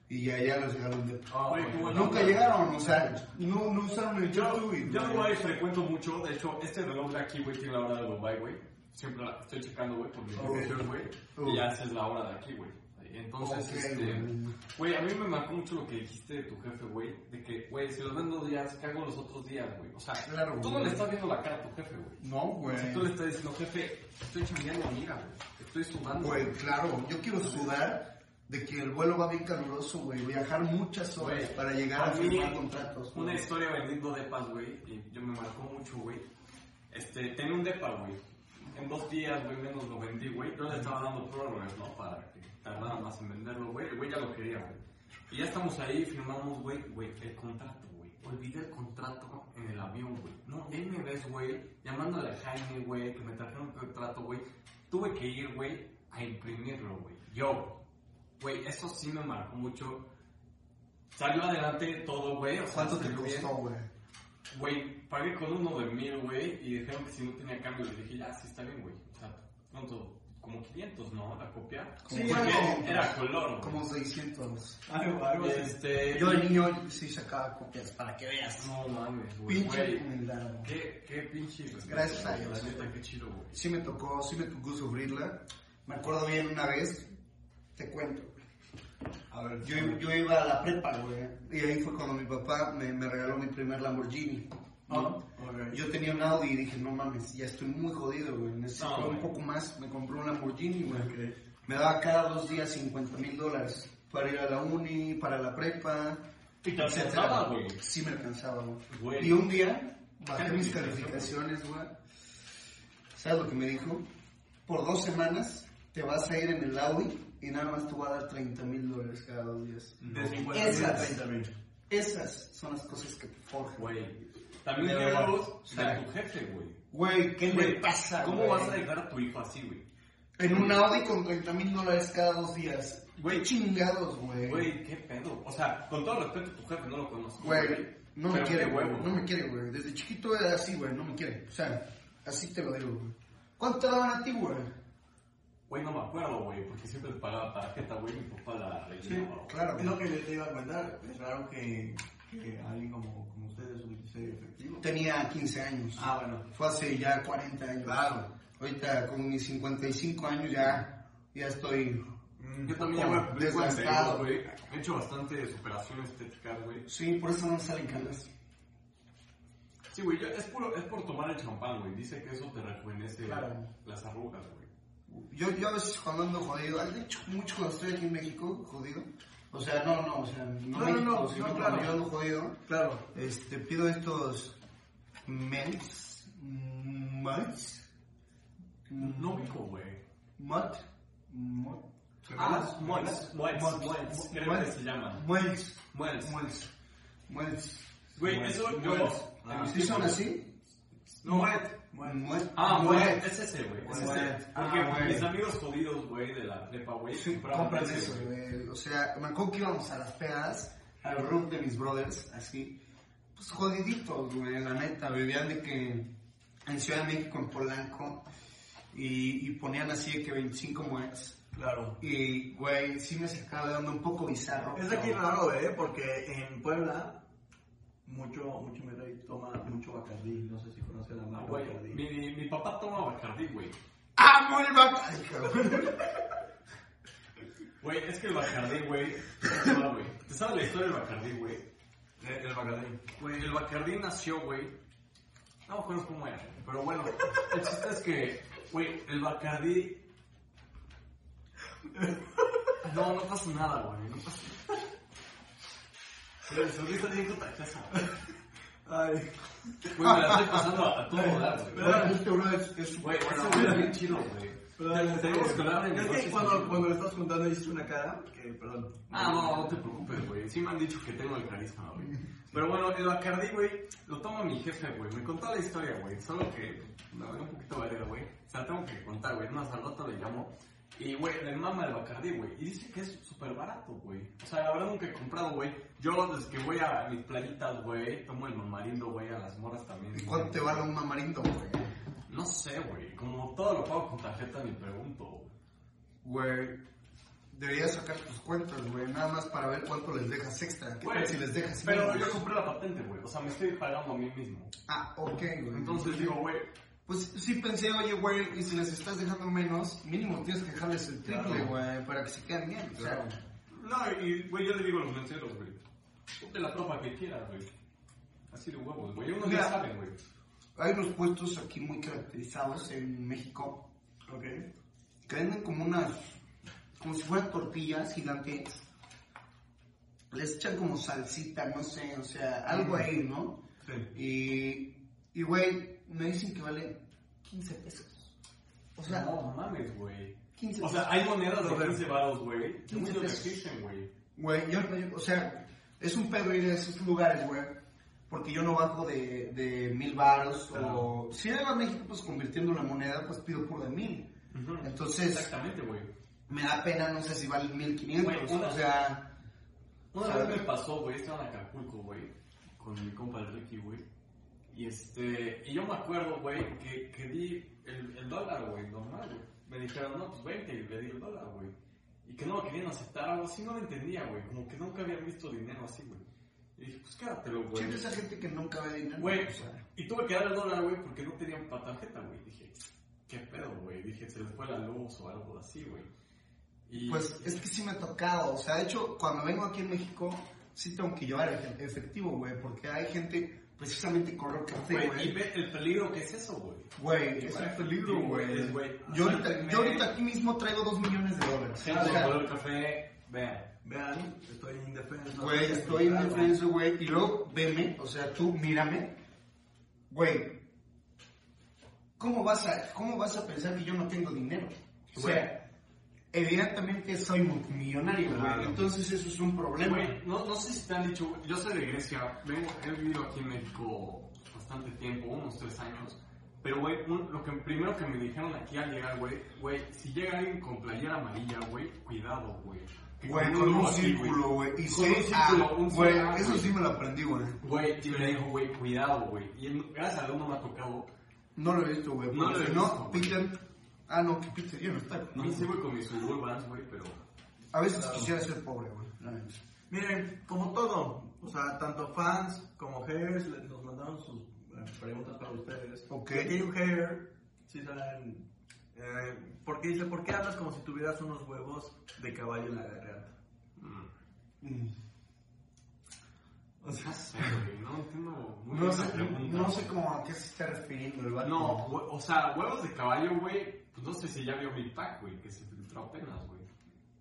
y allá les regalé un depa. Güey, qué buena Nunca onda. llegaron, o sea, no, no usaron el Yo, YouTube y... yo Dubái frecuento mucho, de hecho, este reloj de aquí, güey, tiene la hora de Dubai, güey. Siempre la estoy checando, güey, por mi profesión, güey. Oh. Y ya esa es la hora de aquí, güey. Entonces, Ok, este, güey. güey, a mí me marcó mucho lo que dijiste de tu jefe, güey, de que, güey, si los ven dos días, ¿qué hago los otros días, güey? O sea, Claro, tú no güey. le estás viendo la cara a tu jefe, güey. No, güey. Si tú le estás diciendo, jefe, estoy chambeando, mira, güey, estoy sudando. Güey, claro, yo quiero sudar de que el vuelo va bien caluroso, güey. Viajar muchas horas Güey, para llegar a mí, firmar contratos. Una güey. historia vendiendo depas, güey, y yo me marcó mucho, güey. Este, tenía un depa, güey. En dos días, güey, menos lo vendí, güey. Yo le estaba dando prórrogas, ¿no? Para que tardara más en venderlo, güey. El güey ya lo quería, güey. Y ya estamos ahí, firmamos, güey, güey, el contrato, güey. Olvidé el contrato en el avión, güey. No, ahí me ves, güey, llamándole a Jaime, güey, que me trajeron el contrato, güey. Tuve que ir, güey, a imprimirlo, güey. Yo, güey, eso sí me marcó mucho. Salió adelante todo, güey. o sea, ¿Cuánto te salió bien. costó, güey? Güey, pagué con uno de mil, güey, y dijeron que si no tenía cambio, le dije, ya, sí está bien, güey. O sea, ¿cuánto? Como 500, ¿no? La copia. Sí, Porque algo. era color, güey. Como 600. Algo, algo así. Este, Yo de niño sí sacaba copias, para que veas. No mames, güey. Pinche Güey, humildad, güey. Qué, qué pinche. respeto, Gracias a güey. Dios. La neta, qué chido, güey. Sí me tocó, sí me tocó sufrirla. Me acuerdo bien una vez, te cuento. A ver, yo, yo iba a la prepa, güey. Y ahí fue cuando mi papá me, me regaló mi primer Lamborghini. ¿no? ok. Yo tenía un Audi y dije, no mames, ya estoy muy jodido, güey. Necesito No, un güey. poco más. Me compré un Lamborghini, güey. Me daba cada dos días 50 mil dólares. para ir a la uni, para la prepa. Y te etcétera. alcanzaba, güey. Sí me alcanzaba, güey. Güey. Y un día bajé Bájale mis mis calificaciones, güey. ¿Sabes lo que me dijo? Por dos semanas te vas a ir en el AUI y nada más te voy a dar 30 mil dólares cada dos días. De 50 mil a Esas. 30 mil. Esas son las cosas que te forjan. Güey. También De quiero verdad. luz de Dale. tu jefe, güey. Güey, ¿qué Güey, le pasa, ¿Cómo güey? vas a dejar a tu hijo así, güey? En un Audi con 30 mil dólares cada dos días. Güey. Qué chingados, güey. Güey, qué pedo. O sea, con todo respeto, tu jefe no lo conozco. Güey, no me Pero quiere, qué güey. huevo. No me quiere, güey. Desde chiquito era así, güey. No me quiere. O sea, así te lo digo, güey. ¿Cuánto te daban a ti, güey? Güey, no me acuerdo, güey, porque siempre te pagaba tarjeta, güey, mi papá la rellenaba. güey. Claro, Es lo güey. que yo te iba a contar. Es raro que, que alguien como, como ustedes utilice efectivo. Tenía 15 años. Ah, bueno. Fue hace ya 40 años. Claro. Ahorita con mis 55 años ya, ya estoy... Yo también ya voy a cumplir 42, Desgastado. güey. He hecho bastante superación estética, güey. Sí, por eso no me salen canas. Sí, güey, yo- es, puro- es por tomar el champán, güey. Dice que eso te rejuvenece Claro. las arrugas, güey. Yo, yo a veces cuando ando jodido, hay de hecho mucho cuando estoy aquí en México, jodido. O sea, no, no, o sea, no, no, México, no, sino no, cuando claro. yo ando jodido, Claro. este, pido estos mens, muds, No ubico, güey. mud, mud, Ah, muels, muels, muels. Creo que se llama. muels, Muels. muels, muels. Güey, eso yo... Ah, ¿Sí son así? No, Muet. Ah, güey, es ese, güey. Es Güey. ese. Ah, Porque güey. mis amigos jodidos, güey, de la prepa, güey, Sí, compraban compran ese, eso, güey. güey. O sea, me acuerdo que íbamos a las pedas, al room de mis brothers, así. Pues jodiditos, güey, la neta. Vivían de que en Ciudad de México, en Polanco, y, y ponían así de que 25 muertes. Claro. Y, güey, sí me sacaba de onda un poco bizarro. Es aquí raro, ¿eh? Porque en Puebla, mucho, mucho mi rey toma mucho bacardí. No sé si conoces la Ah, marca güey, Bacardí. mi, mi papá toma Bacardí, güey. ¡Amo el Bacardi, cabrón! Güey, es que el Bacardí, güey. te va, güey. ¿Te sabes la historia del Bacardí, güey? El, el Bacardí. Güey, el Bacardí nació, güey. No me acuerdo cómo era, pero bueno. El chiste es que, güey, el Bacardí. No, no pasa nada, güey. No pasa nada. Güey, sonrisa bien contagiosa. Ay. Güey, me la estoy pasando a, a todo dar, güey. Pero este bro es, es Güey, ese güey es bien chido, güey. Te- Tenemos que hablar de Es que negocios, cuando, güey. cuando lo estás contando hiciste una cara que, perdón. Ah, no, no te preocupes, güey. Sí me han dicho que tengo el carisma, güey. Pero bueno, el Bacardí, güey, lo toma mi jefe, güey. Me contó la historia, güey. Solo que me valió un poquito verga, güey. O sea, tengo que contar, güey. Más al rato le llamo. Y, güey, le mama el Bacardí, güey. Y dice que es súper barato, güey. O sea, la verdad nunca he comprado, güey. Yo desde que voy a mis playitas, güey, tomo el mamarindo, güey, a las moras también. ¿Y cuánto te vale un mamarindo, güey? No sé, güey. Como todo lo pago con tarjeta, ni pregunto, güey. Güey, deberías sacar tus cuentas, güey, nada más para ver cuánto les dejas extra. ¿Qué Güey, tal si les dejas Pero menos? yo compré la patente, güey. O sea, me estoy pagando a mí mismo. Ah, ok, güey. Entonces digo, güey, Pues sí pensé, oye, güey, y si les estás dejando menos, mínimo tienes que dejarles el triple, güey, para que se queden bien. O sea, no, y güey, yo le digo a los menceros, güey, ponte la tropa que quieras, güey. Así de huevos, güey. Uno ya Mira. sabe, güey. hay unos puestos aquí muy caracterizados en México Ok. que venden como unas, como si fueran tortillas gigantes. Les echan como salsita, no sé, o sea, algo ahí, ¿no? Y, y güey, me dicen que vale 15 pesos. O sea, no mames, güey. 15 O sea, hay monedas Lo de veo. 15 varos, güey. Que 15 muchos pesos. existen, güey. Güey, yo, yo- o sea, es un pedo ir a esos lugares, güey. Porque yo no bajo de, de mil varos o... Si llego a México, pues convirtiendo la moneda, pues pido por de mil. Entonces, Exactamente, güey. me da pena, no sé si valen mil Güey, quinientos. una- O sea, Una ¿Sabes? vez me pasó, güey, estaba en Acapulco, güey, con mi compa el Ricky, güey. Y este, y yo me acuerdo, güey, que, que di el, el dólar, güey, normal, güey. Me dijeron, no, pues 20, y le di el dólar, güey. Y que no lo querían aceptar, algo así, no lo entendía, güey. Como que nunca habían visto dinero así, güey. Y dije, pues quédatelo, güey. siempre esa gente que nunca ve dinero. Güey, o sea, y tuve que dar el dólar, güey, porque no tenían pa' tarjeta, güey. Dije, qué pedo, güey. Dije, se les fue la luz o algo así, güey. Y, Pues es que sí me ha tocado. O sea, de hecho, cuando vengo aquí en México, sí tengo que llevar efe- efectivo, güey. Porque hay gente precisamente con lo que hace, güey, y güey. ve el peligro que es eso, güey. Güey, es Güey, un peligro, sí, güey, güey. güey. Yo ahorita, Me- yo ahorita aquí mismo traigo dos millones de dólares. Gente O de sea, color café, Vean, vean, estoy indefenso. Güey, estoy indefenso, güey. Y luego, veme, o sea, tú mírame. Güey, ¿cómo vas a, cómo vas a pensar que yo no tengo dinero? O sea, evidentemente soy multimillonario, güey. Claro. Entonces eso es un problema. Güey, no, no sé si te han dicho, güey, yo soy de Grecia, vengo, he vivido aquí en México bastante tiempo, unos tres años, pero güey, un- lo que primero que me dijeron aquí al llegar, güey, güey, si llega alguien con playera amarilla, güey, cuidado, güey. Que Güey, no con lo un así, círculo, güey. Y sí, Con un ah, círculo, un güey, círculo, eso güey. sí me lo aprendí, güey. Güey, y me dijo, güey, cuidado, güey. Y en- gracias a Dios no me ha tocado. No lo he visto, güey. No porque lo he si visto, no, güey. pitan. Ah, no, que pita, yo no está. No me sirve con mis suburbans, güey, pero. A veces quisiera ser pobre, güey. la neta. Miren, como todo, o sea, tanto fans como haters le- nos mandaron sus eh, preguntas para ustedes. Ok. Y Aquí hay un hater, si saben, eh, porque dice, ¿por qué hablas como si tuvieras unos huevos de caballo en la garganta? mm, Mm. O sea, no sé, güey, no entiendo muy No bien sé, esa pregunta. no sé cómo a qué se está refiriendo el vato. No, hue- o sea, huevos de caballo, güey. Pues no sé si ya vio mi pack, güey, que se filtró apenas, güey.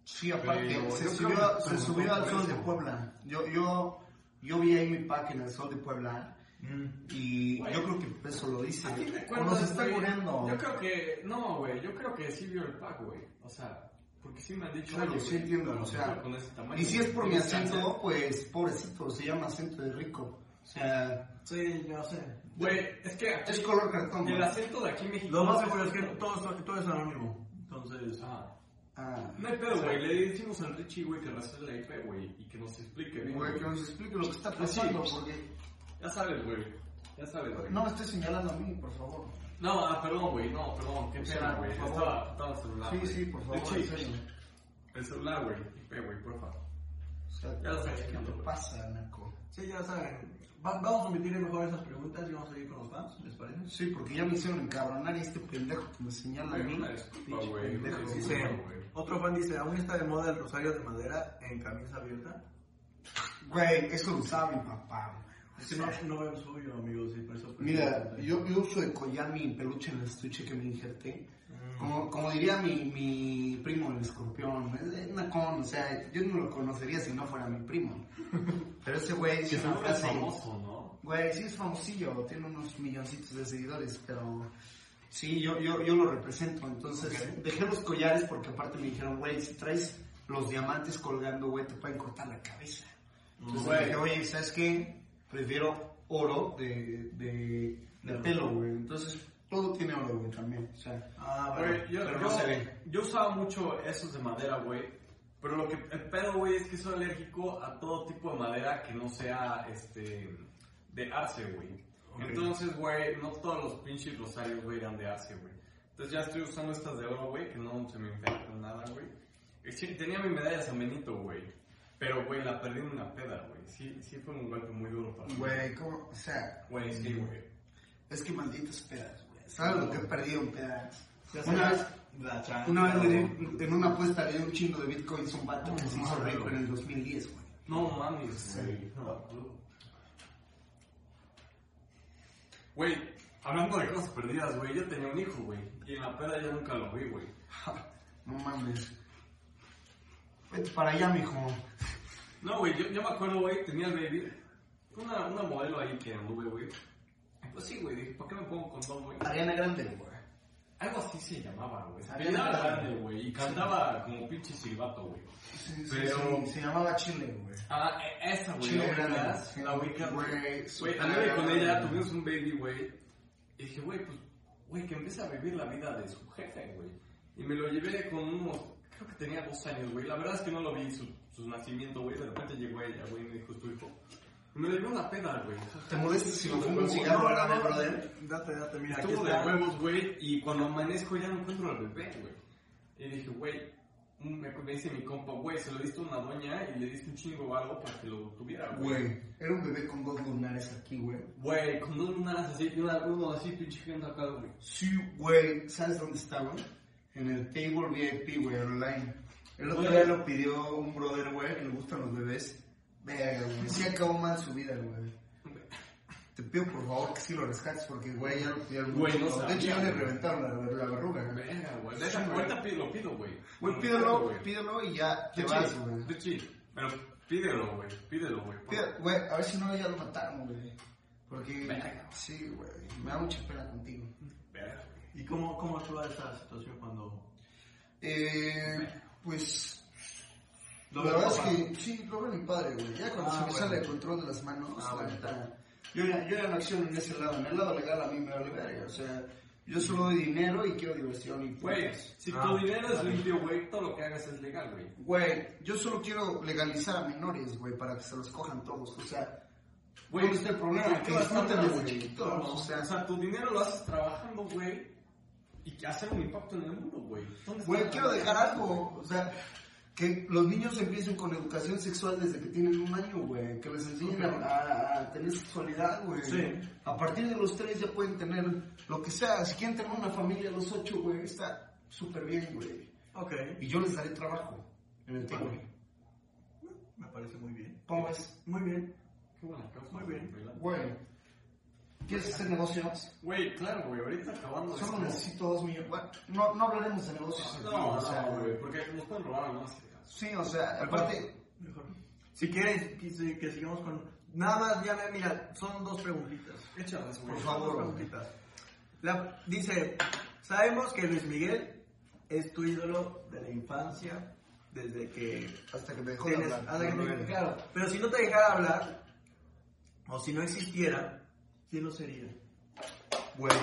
Sí, aparte, Pero se yo subió, creo que se preguntó subió al por sol eso. de Puebla. Yo, yo, yo vi ahí mi pack en el sol de Puebla. Mm. Y yo creo que eso lo dice. ¿A quién te O acuerdas? nos está güey? muriendo. Yo creo que, no, güey, yo creo que sí vio el pack, güey. O sea, porque sí me han dicho. Claro, oye, sí güey, entiendo, no, o sea, no, con ese tamaño, Y si es por mi güey, acento, pues pobrecito, se llama acento de rico. O sea, sí, yo sé. Güey, es que aquí- es color cartón. el güey. acento de aquí en México. Lo más seguro es que todo, es- todo es anónimo, entonces... Ah, Ah, no hay pedo, güey. Le decimos al Richie, güey, que recibe la IP, güey, y que nos explique, bien, güey, que güey. nos explique lo que está Pues pasando, porque Ya sabes, güey. Ya sabes, güey. no me estés señalando a mí, por favor. No, ah, perdón, güey, no, perdón, qué O sea, pena, güey. por favor. Estaba, estaba el celular. Sí, güey. sí, por favor, en Richie, serio. el celular, güey, IP, güey, porfa. O sea, Ya lo sé, ¿qué ya te lo sé. pasa, Naco? Sí, ya saben. Va- vamos a omitir mejor esas preguntas y vamos a seguir con los fans, ¿les parece? Sí, porque ya me hicieron encabronar y este pendejo que me señala a Güey, mí. una disculpa, pinche güey, una pendejo, Sí, disculpa. sí. güey. güey. Otro fan dice, ¿aún está de moda el rosario de madera en camisa abierta? Güey, eso lo sabe mi papá. güey. Es que no, no veo el suyo, amigos, y por eso... fue- Mira, yo, yo uso de collar mi peluche en el estuche que me injerté. Mm. Como, como diría mi, mi primo, el escorpión, es de nacón, o sea, yo no lo conocería si no fuera mi primo. Pero ese güey Ah, sí Que es una seguro es frase- famoso, ¿no? Güey, sí es famosillo, tiene unos milloncitos de seguidores, pero sí, yo, yo, yo lo represento. Entonces, dejé los collares porque aparte me dijeron, güey, si traes los diamantes colgando, güey, te pueden cortar la cabeza. Entonces Güey. dije, oye, ¿sabes qué? Prefiero oro de, de, de pelo, güey. Entonces, todo tiene oro, güey, también. O sea, Ah, Güey, yo, pero yo- no se ve. yo usaba mucho esos de madera, güey. Pero lo que el pedo, güey, es que soy alérgico a todo tipo de madera que no sea, este, de arce, güey. Entonces, güey, no todos los pinches rosarios, güey, eran de arce, güey. Entonces ya estoy usando estas de oro, güey, que no se me infectan nada, güey. Y sí, tenía mi medalla de San Benito, güey. Pero, güey, la perdí en una peda, güey. Sí, sí fue un golpe muy duro para mí. güey, ¿cómo? O sea, Güey, sí, güey. es que malditas pedas, güey. ¿Sabes lo que he perdido en pedas? Ya Una sabes, vez la chancla, Una vez le ¿no? di- en una apuesta le di un chingo de bitcoins a un vato que se hizo rico en el 2010, güey. No mames, güey. No. Güey, hablando de cosas perdidas, güey, yo tenía un hijo, güey. Y en la peda yo nunca lo vi, güey. No mames. Vete para allá, mijo. No, güey, yo, yo me acuerdo, güey, tenía el baby. Una, una modelo ahí que anduve, güey. Y Pues sí, güey, dije, ¿por qué me pongo condón, güey? Ariana Grande, güey. Algo así se llamaba, güey. Se Ariana peinaba Grande. grande, güey. Y cantaba como pinche silbato, güey. Sí, sí, Pero- sí, se llamaba Chile, güey. Ah, e- esa, güey, la Chile grande, ubicas, sí. la ubicas, Güey, güey. Güey, súper anduve con grande. ella, tuvimos un baby, güey. Y dije, güey, pues, güey, que empiece a vivir la vida de su jefe, güey. Y me lo llevé con unos, creo que tenía dos años, güey. La verdad es que no lo vi, su, su nacimiento, güey. De repente llegó ella, güey, y me dijo, es tu hijo. Y me lo llevé a una peda, güey. ¿Te molestas si me fumo un cigarro No, no, ahora, no. brother? Date, date, mira, aquí Estuvo de está. huevos, güey, y cuando amanezco ya no encuentro al bebé, güey. Y dije, güey, un- me, me dice mi compa, güey, se lo diste a una doña y le diste un chingo o algo para que lo tuviera, Güey, era un bebé con dos lunares aquí, güey. Güey, con dos lunares así, y una, uno así, pinche gente acá, güey. Sí, güey. ¿Sabes dónde está, güey? En el table VIP, güey, online. El otro Güey. día lo pidió un brother, güey, que le gustan los bebés. Verga, güey. Sí acabó mal su vida, güey. Te pido por favor que sí lo rescates porque, güey, ya lo pidieron Güey, no De hecho, sabía, ya le güey. reventaron la, la verruga. güey. Verga, güey. Sí, Deja, güey. Ahorita pi- lo pido, güey. Güey, Lo pido, pídelo, güey. pídelo y ya te Richie, vas, güey. Richie, pero pídelo, güey. Pídelo, güey. Pide- Güey, a ver si no ya lo mataron, güey. Porque, Verga. sí, güey, me da mucha pena contigo. Verga. ¿Y cómo, cómo actúa esta situación cuando Eh, pues lo la ve verdad papá? es que sí, lo veo mi padre, güey. Ya Ah, cuando se me bueno. sale el control de las manos, Ah, la bueno. neta, yo, ya- yo ya no acciono en ese lado. En el lado legal a mí me vale verga. O sea, yo solo doy dinero y quiero diversión y Güey, pues. si Ah, tu dinero es limpio, güey, todo lo que hagas es legal, güey. Güey, yo solo quiero legalizar a menores, güey, para que se los cojan todos. O sea, Güey, ¿dónde está el problema? ¿por Que qué vas a disfruten hablar desde así? chiquitos. O sea, O sea, tu dinero lo haces trabajando, güey, y hacer un impacto en el mundo, güey. ¿Dónde Güey, está quiero la- dejar algo. O sea, que los niños empiecen con educación sexual desde que tienen un año, güey. Que les enseñen a, a- a tener sexualidad, güey. A partir de los tres ya pueden tener lo que sea. Si quieren tener una familia a los ocho, güey, está súper bien, güey. Ok, Y yo les daré trabajo en el tiempo. me parece muy bien. ¿Cómo ves? Muy bien. Qué buena causa, Muy bien. güey, la- Güey, ¿quieres hacer negocios? Güey, claro, güey, ahorita acabando de... Solo necesito dos millones. Bueno, no, no hablaremos de negocios. aquí, No, o sea, no, güey, porque nos pueden robar, ¿no? Sí, o sea, aparte... Mejor. Si quieres que, si- que sigamos con... Nada más, ya ve, mira, son dos preguntitas. Échalas, güey. Por Son dos favor, preguntitas. La- dice, sabemos que Luis Miguel es tu ídolo de la infancia, desde que Hasta que me dejó de tienes... hablar. ah, de que No, te- no, no. claro, pero si no te dejara hablar, o si no existiera, ¿quién lo sería? Güey,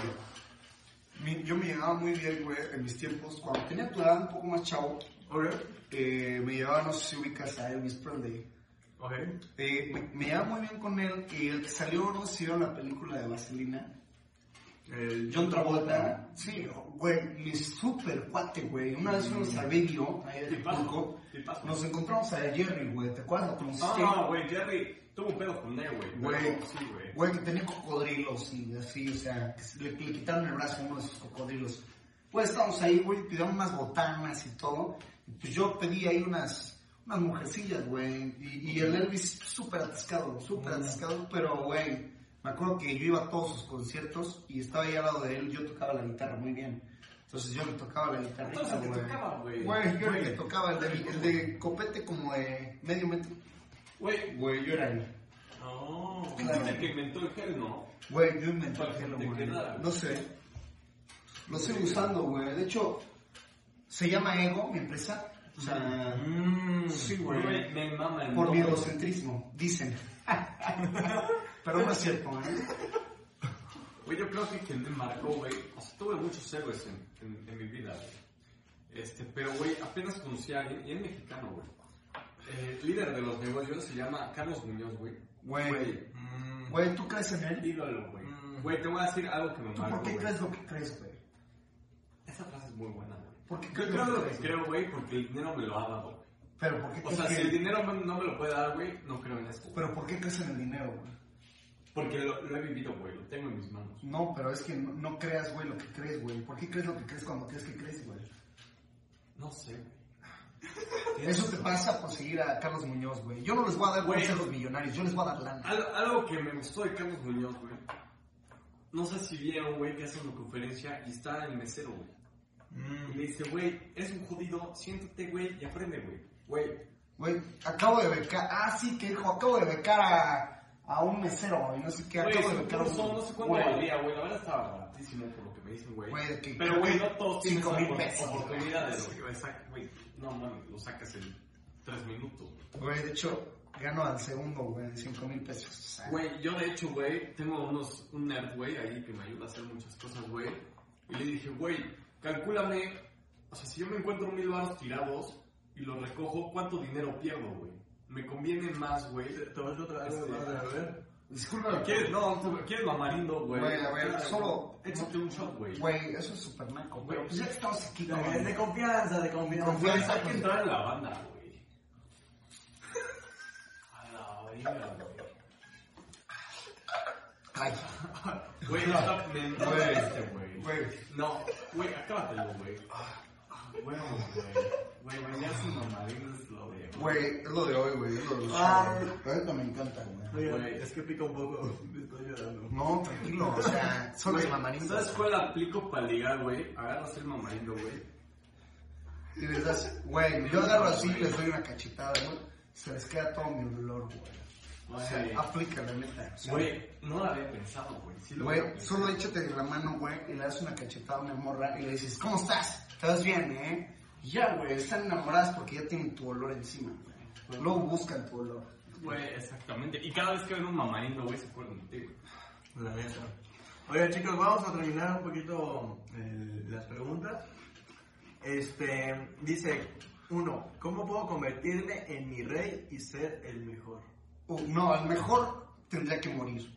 mi- yo me llevaba muy bien, güey, en mis tiempos. Cuando tenía tu edad un poco más chavo, Ok, eh, me llevaba, no sé si ubicas a Elvis Presley. ok. Eh, me, me llevaba muy bien con él. Y el que salió, no sé si vieron la película de Vaselina. El John Travolta. Sí, güey, mi súper cuate, güey. Una vez fuimos a Bello, ahí de Acapulco. Tipazo. Ah, Nos encontramos a Jerry, güey. ¿Te acuerdas? Lo No, conociste. no, güey, Jerry tuvo un pedo con él, güey. Güey, Pero, Sí, güey. güey, que tenía cocodrilos y así, o sea, que se- le, le quitaron el brazo a uno de esos cocodrilos. Pues estábamos ahí, güey, pidieron unas botanas y todo. Y pues yo pedí ahí unas, unas mujercillas, güey. Y, y el Elvis súper atascado, súper atascado, pero, güey, me acuerdo que yo iba a todos sus conciertos y estaba ahí al lado de él, yo tocaba la guitarra muy bien. Entonces yo le tocaba la guitarra. Entonces te tocaba, güey. Güey, yo era el que tocaba, el de, el de copete como de medio metro. Güey, Güey, yo era él. No. Claro. el que inventó el gel, ¿no? Güey, yo inventé Para el que gelo, te güey. quedara. No sé. Lo sigo usando, güey. De hecho, se llama Ego, mi empresa. O sea, Mm. sí, güey. Güey, me mama el Por mi nombre. egocentrismo, dicen. Pero no es cierto, ¿eh? Güey, yo creo que quien me marcó, güey, o sea, tuve muchos héroes en, en- en mi vida, güey. Este, pero, güey, apenas conocí a alguien, y es mexicano, güey. Eh, líder de los negocios se llama Carlos Muñoz, güey. mm. Güey. Güey, ¿tú crees en él? Ídolo, güey. Güey, te voy a decir algo que me ¿Tú marcó, por qué güey. crees lo que crees, güey? Esa frase es muy buena, güey. ¿Por qué Yo crees creo lo lo que que crees? creo, güey, porque el dinero me lo ha dado, güey. Pero ¿por qué O sea, crees si el que- dinero me- no me lo puede dar, güey, no creo en esto. güey. Pero ¿por qué crees en el dinero, güey? Porque lo, lo he vivido, güey, lo tengo en mis manos. No, pero es que no, no creas, güey, lo que crees, güey. ¿Por qué crees lo que crees cuando crees que crees, güey? No sé, güey. Eso te pasa por seguir a Carlos Muñoz, güey. Yo no les voy a dar Güey. güey a los millonarios, yo les voy a dar lana. Al- algo que me gustó de Carlos Muñoz, güey. No sé si vieron, güey, que hace una conferencia y está el mesero, güey. Mm. Y le dice, güey, es un jodido, siéntate, güey, y aprende, güey. Güey, Güey, acabo de becar, ah, sí, que dijo, acabo de becar a, a un mesero, güey, no sé qué, güey, acabo de su becar a un curso, no sé cuánto Güey, valía, güey. La verdad estaba baratísimo por lo que me dicen, güey. Güey, que- Pero, güey, no todos tienen cinco mil esa pesos, güey. oportunidad de lo que sac- güey. No mames, lo sacas en tres minutos, güey. Güey, de hecho, gano al segundo, güey, cinco mil pesos. o sea, Güey, yo de hecho, güey, tengo unos, un nerd, güey, ahí que me ayuda a hacer muchas cosas, güey. Y le dije, güey, calcúlame, o sea, si yo me encuentro mil baros tirados y los recojo, ¿cuánto dinero pierdo, güey? Me conviene más, güey. ¿Te vas a otra vez? Este, A ver. Discúlpame, ¿Quieres, no, tú- ¿quieres mamarindo, güey? Güey, a ver, Claro, solo- Échate un shot, güey. güey, eso es súper naco, güey. Pues ya que estamos aquí, Eh, Es de güey. confianza, de confianza. Confianza. Hay que entrar en la banda, güey. A la verga, Ay, güey. Güey, no, me me- güey, No, güey, acábatelo, güey. Bueno, güey. Güey, ya sin mamadín es lo de. Güey, es lo de hoy, güey. Es lo de hoy. Ah. Pero esto me encanta, güey. Oigan, Güey. es que pica un poco. Me estoy llorando. No, tranquilo, o sea, solo es mamarindo. ¿Sabes cuál aplico para ligar, güey? Agarras el mamarindo, güey. Y les das, güey, yo agarro así y les doy una cachetada, güey. Se les queda todo mi olor, güey. O Güey. sea, aplica la neta. o sea, Güey, no lo había pensado, güey. Sí lo había Güey, pensado. solo échate de la mano, güey, y le das una cachetada a una morra y le dices, ¿cómo estás? ¿Estás bien, eh? Y Ya, güey, están enamoradas porque ya tienen tu olor encima, güey. Luego buscan tu olor. Güey, exactamente. Y cada vez que ven un mamarindo, güey, se acuerdan de ti, güey. La neta. Oigan, chicos, vamos a terminar un poquito eh, las preguntas. Este, dice, uno, ¿cómo puedo convertirme en mi rey y ser el mejor? Uh, no, al mejor tendría que morir.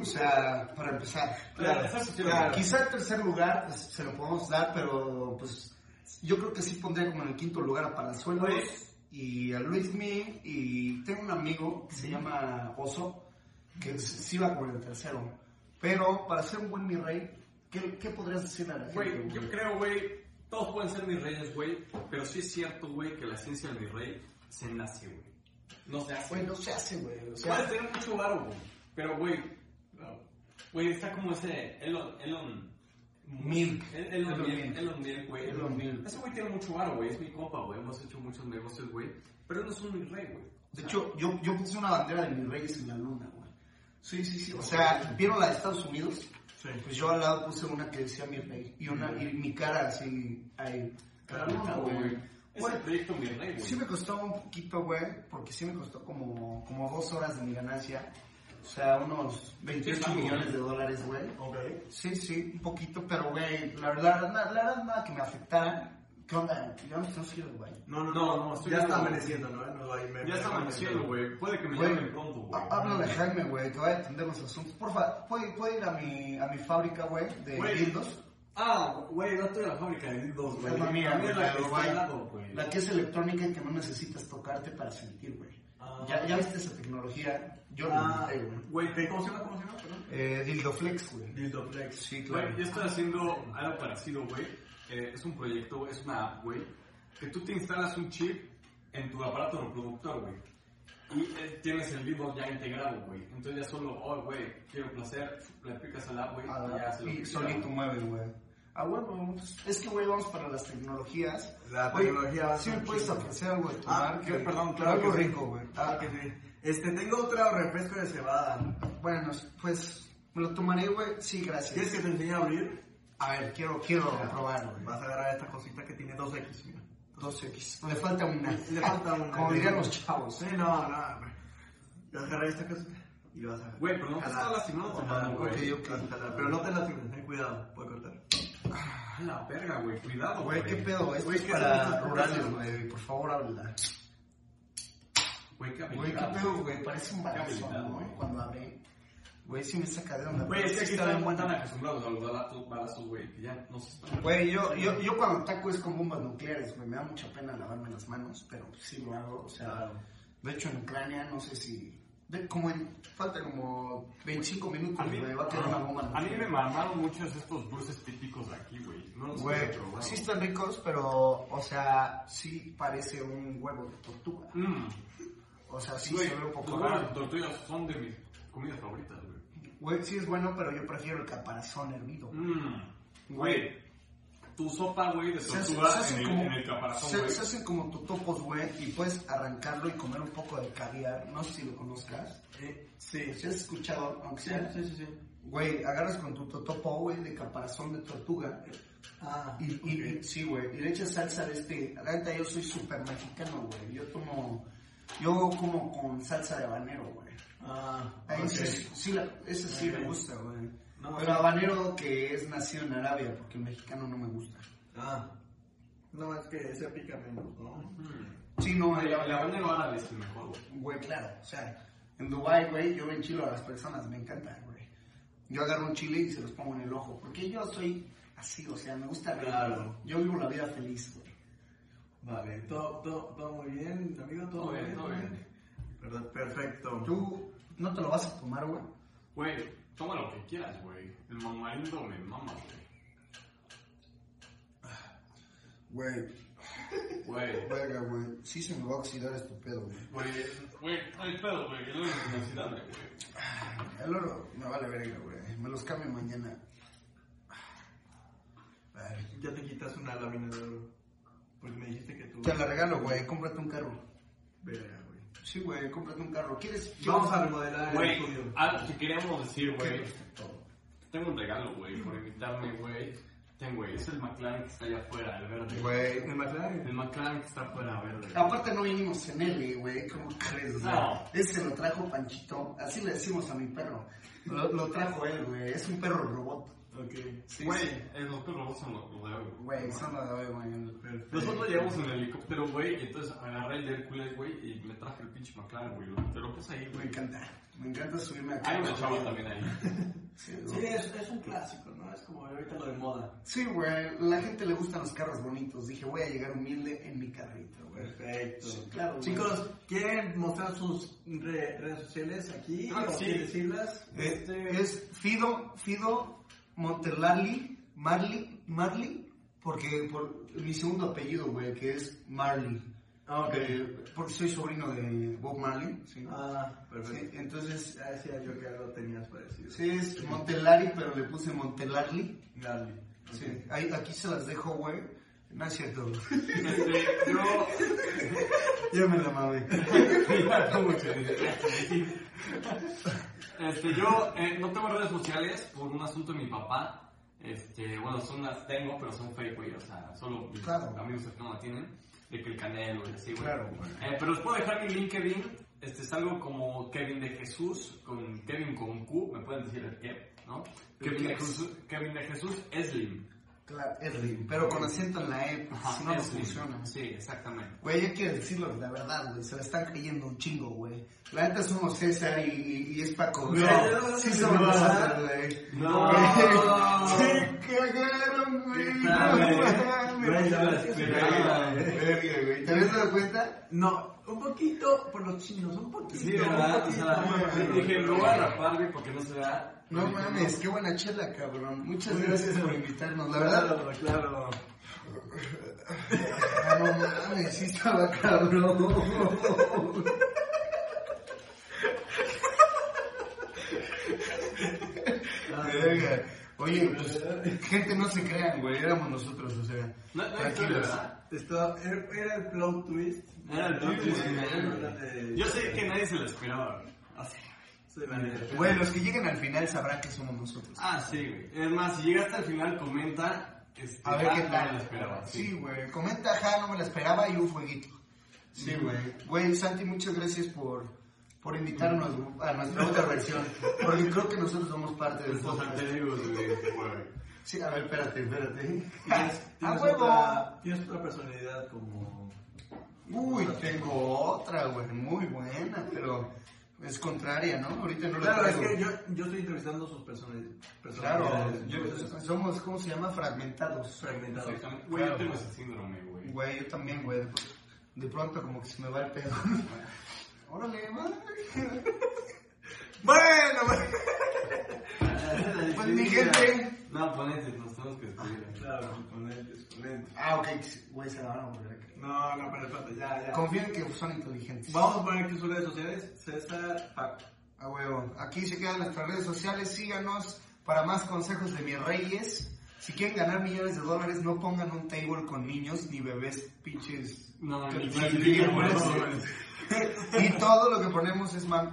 O sea, para empezar. Claro, eso sí lo Claro, creo. Quizá el tercer lugar pues, se lo podemos dar, pero pues yo creo que sí pondría como en el quinto lugar a Palazuelos Oye. y a Luismi. Y tengo un amigo que se llama Oso, que s- sí va como en el tercero. Pero para ser un buen mi rey, ¿qué, qué podrías decir a la gente? Güey, güey? yo creo, güey, todos pueden ser mis reyes, güey, pero sí es cierto, güey, que la ciencia de mi rey se nace, güey. No se hace. Güey, no se hace, güey. O Puedes sea, tener mucho varo, güey, pero, güey, güey, está como ese Elon, Elon... Milk. El- Elon Elon Milk, Milk. Elon Milk, güey. Elon Milk. Ese güey tiene mucho varo, güey, es mi compa, güey, hemos hecho muchos negocios, güey, pero él no es un mi rey, güey. de hecho, yo, yo puse una bandera de mis reyes en la luna, güey. Sí, sí, sí. O sea, ¿vieron la de Estados Unidos? Sí. Pues yo al lado puse una que decía mi rey y, una, y mi cara así ahí. Caramba, güey. Es Güey, el proyecto mi rey, güey. sí me costó un poquito, güey, porque sí me costó como, como dos horas de mi ganancia. O sea, unos 28 Sí, millones sí. de dólares, güey. Ok. Sí, sí, un poquito, pero, güey, la verdad, la, la verdad, nada que me afectara. ¿Qué onda? Ya me estoy siguiendo, güey. No, no, No, no, no, estoy ya está hablando- amaneciendo, ¿no? No, ahí me- Ya está amaneciendo, güey, puede que me Güey, llamen pronto, güey. há- Háblale a Jaime, güey, que vaya a atender los asuntos. Porfa, ¿puede, puede ir a mi, a mi fábrica, güey, de Güey. dildos? Ah, güey, no estoy en la fábrica de dildos, güey. Es la mía, También güey, la que pero, está al güey, lado, güey. La que es electrónica y que no necesitas tocarte para sentir, güey. Ah. ¿Ya, ya viste esa tecnología? Yo Ah, la inventé, güey. güey, ¿te- ¿cómo se llama? ¿Cómo se llama? Perdón. Eh, Dildoflex, güey. Dildoflex. Sí, Güey, yo estoy haciendo algo parecido, güey. Eh, es un proyecto, es una app, güey, que tú te instalas un chip en tu aparato reproductor, güey. Y eh, tienes el dildo ya integrado, güey. Entonces ya solo, oh, güey, quiero placer, le picas al app, güey, Ah, y ya se lo y quita, solito güey. mueve, güey. Ah, bueno, pues, es que, güey, vamos para las tecnologías. La Güey, tecnología va a Sí, ser me puedes chido. ofrecer algo de Ah, tomar. que- que- perdón, claro Algo que sí. rico, güey. Ah, que sí. Este, tengo otro refresco de cebada. Bueno, pues, me lo tomaré, güey. Sí, ¿Quieres gracias. que te enseñe a abrir? A ver, quiero, quiero probar, güey. Vas a agarrar esta cosita que tiene 2X, mira. 2X. Le falta una. Le falta una. Como dirían los chavos. Sí, no, no, güey. Vas a agarrar esta cosita y lo vas a... Güey, pero no te jalar. estás lastimando tu Jalar, mano, güey. ok, ok. Jalar, Pero no te lastimes, ten cuidado, puede cortar. Ah, la verga, güey, cuidado, güey. Güey, qué pedo, esto Güey, es ¿qué para son esas rurales, cosas? güey. Por favor, háblala. Güey, qué Güey, qué habilidad, pedo, güey. Parece un balazo, habilidad, ¿no? güey. Cuando abre. Güey, sí me saca de onda. Güey, pero es que sí aquí está están bien tan buena. acostumbrados a los balazos, balazos, güey, que ya no se están... Güey, yo, yo, yo cuando taco es con bombas nucleares, güey. Me da mucha pena lavarme las manos, pero pues sí lo hago. O sea, de hecho en Ucrania no sé si. de- como en, falta como 25 minutos, güey. Va a quedar una bomba a mí nuclear. me mamaron muchos estos dulces típicos de aquí, güey. No los Güey, he probado. sí están ricos, pero, o sea, sí parece un huevo de tortuga. Mm, O sea, sí güey, se ve un los poco huevos de raro. tortillas son de mis comidas favoritas, güey. Güey, sí es bueno, pero yo prefiero el caparazón hervido. Mm, güey, tu sopa, güey, de Se hace- tortuga se hace en, el, como- en el caparazón, se, güey. se hacen como totopos, güey, y puedes arrancarlo y comer un poco de caviar. No sé si lo conozcas. Eh, Sí. Si has escuchado, aunque sea. sí, sí, sí. Güey, agarras con tu totopo, güey, de caparazón de tortuga. Ah, Y, y- y- sí, güey. Y le echas salsa de este. La neta, yo soy súper mexicano, güey. Yo tomo. Yo como con salsa de habanero, güey. ah, Ahí ok. sí, sí la- esa sí me gusta, güey. No, Pero habanero que es nacido en Arabia, porque el mexicano no me gusta. Ah. No, es que ese pica menos, ¿no? Sí, no, Güey, el El habanero. habanero árabe es el este mejor, güey. Güey, claro. O sea, en Dubai, güey, yo enchilo a las personas, me encanta, güey. Yo agarro un chile y se los pongo en el ojo, porque yo soy así, o sea, me gusta reír. Claro. Yo vivo la vida feliz, güey. Vale, todo, todo, todo muy bien, amigo, todo, Todo bien, todo bien. Perdón, perfecto. ¿Tú no te lo vas a tomar, güey? Güey, toma lo que quieras, güey. El mamarindo me mama, güey. Güey, Güey, verga, güey. Sí se me va a oxidar este pedo, güey. güey, güey, no hay pedo, güey, que es lo inoxidable, güey. El oro me vale verga, güey. Me los cambio mañana. Ay, Ya te quitas una lámina de oro. Porque me dijiste que tú. Te la regalo, güey. Cómprate un carro. Verga, güey. Sí, güey, cómprate un carro. ¿Quieres? Vamos a remodelar el Güey, estudio. ah, te queríamos decir, güey, Todo. tengo un regalo, güey, por invitarme, güey. Ten, güey, es el McLaren que está allá afuera, el verde. Güey. Ah, ¿Me McLaren? El McLaren que está afuera, verde. Aparte no vinimos en él, güey. ¿Cómo crees? O sea, No. Ese lo trajo Panchito. Así le decimos a mi perro. Lo, lo trajo él, güey. Es un perro robot. Ok. Sí, Güey, sí. el doctor Robots nos lo dio, güey. Güey, eso no lo veo, güey. Perfecto. Nosotros llegamos en el helicóptero, güey, y entonces agarré el Hércules, güey, y me traje el pinche McLaren, güey. Te lo puse ahí, Me güey. encanta. Me encanta subirme acá. Hay una chava también ahí. Sí, Sí, güey. es, es un clásico, ¿no? Es como ahorita lo de moda. Sí, güey. La gente le gustan los carros bonitos. Dije, voy a llegar humilde en mi carrito, güey. Perfecto. Sí, claro, güey. Chicos, ¿quieren mostrar sus re- redes sociales aquí? Ah, ¿O sí. quieren decirlas? Eh, este es Fido, Fido Montelarli, Marley, Marley, porque por mi segundo apellido, güey, que es Marley. Ah, ok. Eh, porque soy sobrino de Bob Marley, sí. Ah, Sí, perfecto. entonces, Ya decía yo que algo tenías parecido. sí es Montelari, pero le puse Montelarli. Dale. Sí. Ahí- aquí se las dejo, güey. No es cierto. Este, yo, ya me la mamé. Este, yo eh, no tengo redes sociales por un asunto de mi papá. Este, bueno, son las tengo, pero son fake, güey. O sea, solo mis Claro. amigos cercanos la tienen. De que el canelo y así, güey. Claro, güey. Eh, pero les puedo dejar mi LinkedIn. Este, es algo como Kevin de Jesús, con Kevin con Q. Me pueden decir el que, ¿no? Kevin de Jesús, Kevin de Jesús Slim. Claro, Erling, pero con acento en la E, porque Ajá, si no, no Slim. funciona. Sí, exactamente. Güey, yo quiero decirlo la verdad, güey. Se la están creyendo un chingo, güey. La neta somos César y, y- y es Paco. güey. No, sí no, somos no. nosotros, güey. No. Se cagaron, güey. No mames. Güey, ya las esperaba, güey. Verga, güey. ¿Te habías dado cuenta? No, un poquito por los chinos, un poquito. Sí, ¿verdad? un O poquito, sea, güey. dije, lo voy a rapar, güey, porque no se da. No mames, qué buena chela, cabrón. Muchas gracias por invitarnos. La verdad, Claro, claro. Ah, no mames, sí estaba cabrón. Ah, Verga. Oye, pues, gente, no se crean, güey, éramos nosotros, o sea. No, no, tranquilos. no, ¿verdad? Esto era era el plot twist. Era el plot twist, twist. Ah, Yo sé que nadie se lo esperaba. güey. O sea, Güey, los que lleguen al final sabrán que somos nosotros. ah, sí, güey. Es más, si llegaste al final, comenta. Este, A ver ah, qué no me tal. lo esperaba, sí. Sí, güey, comenta, ajá, no me la esperaba y un fueguito. Sí, güey. Güey, Santi, muchas gracias por, por invitarnos a nuestra otra versión. Porque creo que nosotros somos parte del Los podcast. alter egos, güey, güey. Sí, a ver, espérate, espérate. Tienes, ¡A tienes ¡Ah, huevo! otra, tienes otra personalidad como. Uy, tengo otra, güey, muy buena, pero es contraria, ¿no? Ahorita no la Claro, es traigo. que yo, yo estoy entrevistando sus personali- Claro, personalidades. yo- somos, ¿cómo se llama? Fragmentados. fragmentado. Exactamente. Güey, yo tengo ese síndrome, güey. Güey, yo también, güey. De, de pronto como que se me va el pedo. Órale, madre. bueno, güey. Pues, mi gente. No, ponete, nos tenemos que despedir. Claro, componentes, componentes. Ah, ok, güey, se la van a volver. a creer. No, no, pero espérate, ya, ya. Confío en que son inteligentes. Vamos a poner aquí sus redes sociales, César ah, Paco. A huevo. Ah, Aquí se quedan nuestras redes sociales. Síganos para más consejos de mis reyes. Si quieren ganar millones de dólares, no pongan un table con niños ni bebés pinches. No, que- ni sí, más, sí, ni güey. más. Y todo lo que ponemos es mami.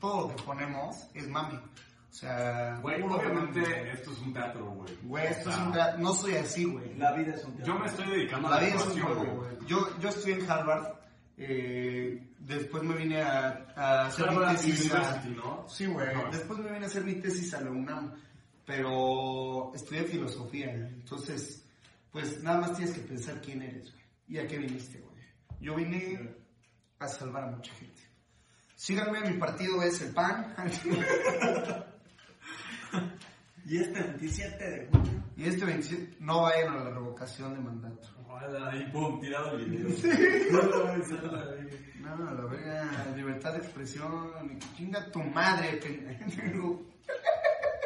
Todo lo que ponemos es mami. O sea, Güey, puro mami. obviamente Ah. esto es un teatro, güey. Güey, esto O es sea, un gra- No soy así, güey. La vida es un teatro. Yo me estoy dedicando La a la vida es un actuación, juego, güey. güey. Yo, yo estudié en Harvard. eh, después me vine a, a hacer mi Harvard tesis. a- University, ¿no? Sí, güey. Ajá. Después me vine a hacer mi tesis a la UNAM. Pero estudié filosofía, güey. Entonces, pues nada más tienes que pensar quién eres, güey. Y a qué viniste, güey. Yo vine a salvar a mucha gente. Síganme, mi partido es el PAN. Y este 27 de junio. y este 27, no vayan a la revocación de mandato. Ojalá, ahí, pum, tirado el video. No, la verga, libertad de expresión, chinga tu madre, pendejo.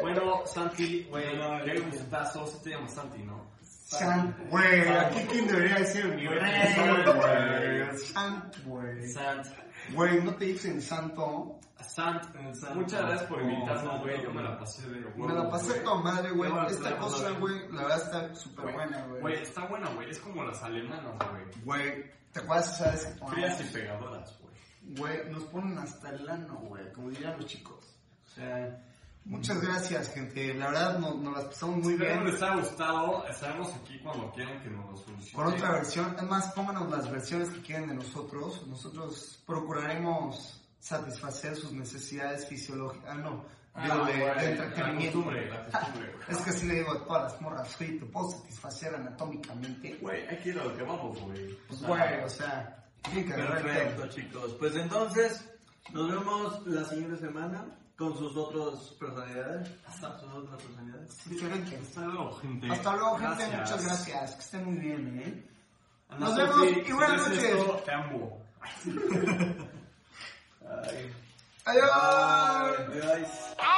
Bueno, Santi, güey, llega un gustazo, se te llama Santi, ¿no? Sant, güey. Aquí quién debería decir mi rey, güey. Sant, güey. Sant. Güey, no te dicen santo. Eh, Sant. Oh, Muchas gracias por invitarnos, güey. Yo me la pasé de huevo. Me la pasé güey. toda madre, güey. Yo me la pasé Esta de cosa, madre. güey, la verdad está súper buena, Güey, güey. está buena, güey. Es como las alemanas, güey. Güey, ¿te acuerdas esa vez que Frías tomamos? y pegadoras, güey. Güey, nos ponen hasta el ano, güey, como dirían los chicos. O sea, muchas gracias, gente. La verdad, nos, nos las pasamos muy Espero bien. les haya gustado. Estaremos aquí cuando quieran que nos lo soliciten. Con otra versión, es más, pónganos las versiones que quieren de nosotros. Nosotros procuraremos satisfacer sus necesidades fisiológicas. Ah, no, digo, de, de La entretenimiento. costumbre, la costumbre, güey. Es que así le digo a todas las morras, güey, te puedo satisfacer anatómicamente. Güey, hay que ir a lo que vamos, güey. Pues, güey, o sea, tiene que haber Perfecto, chicos. Pues entonces, nos vemos la siguiente semana con sus otras personalidades. Hasta sus otras personalidades. diferentes. Hasta luego, gente. Hasta luego, gente. Gracias. Muchas gracias. Que estén muy bien, ¿eh? Ana Nos vemos Sofi, y si buenas ves noches. esto, Te amo. Adiós. Adiós. I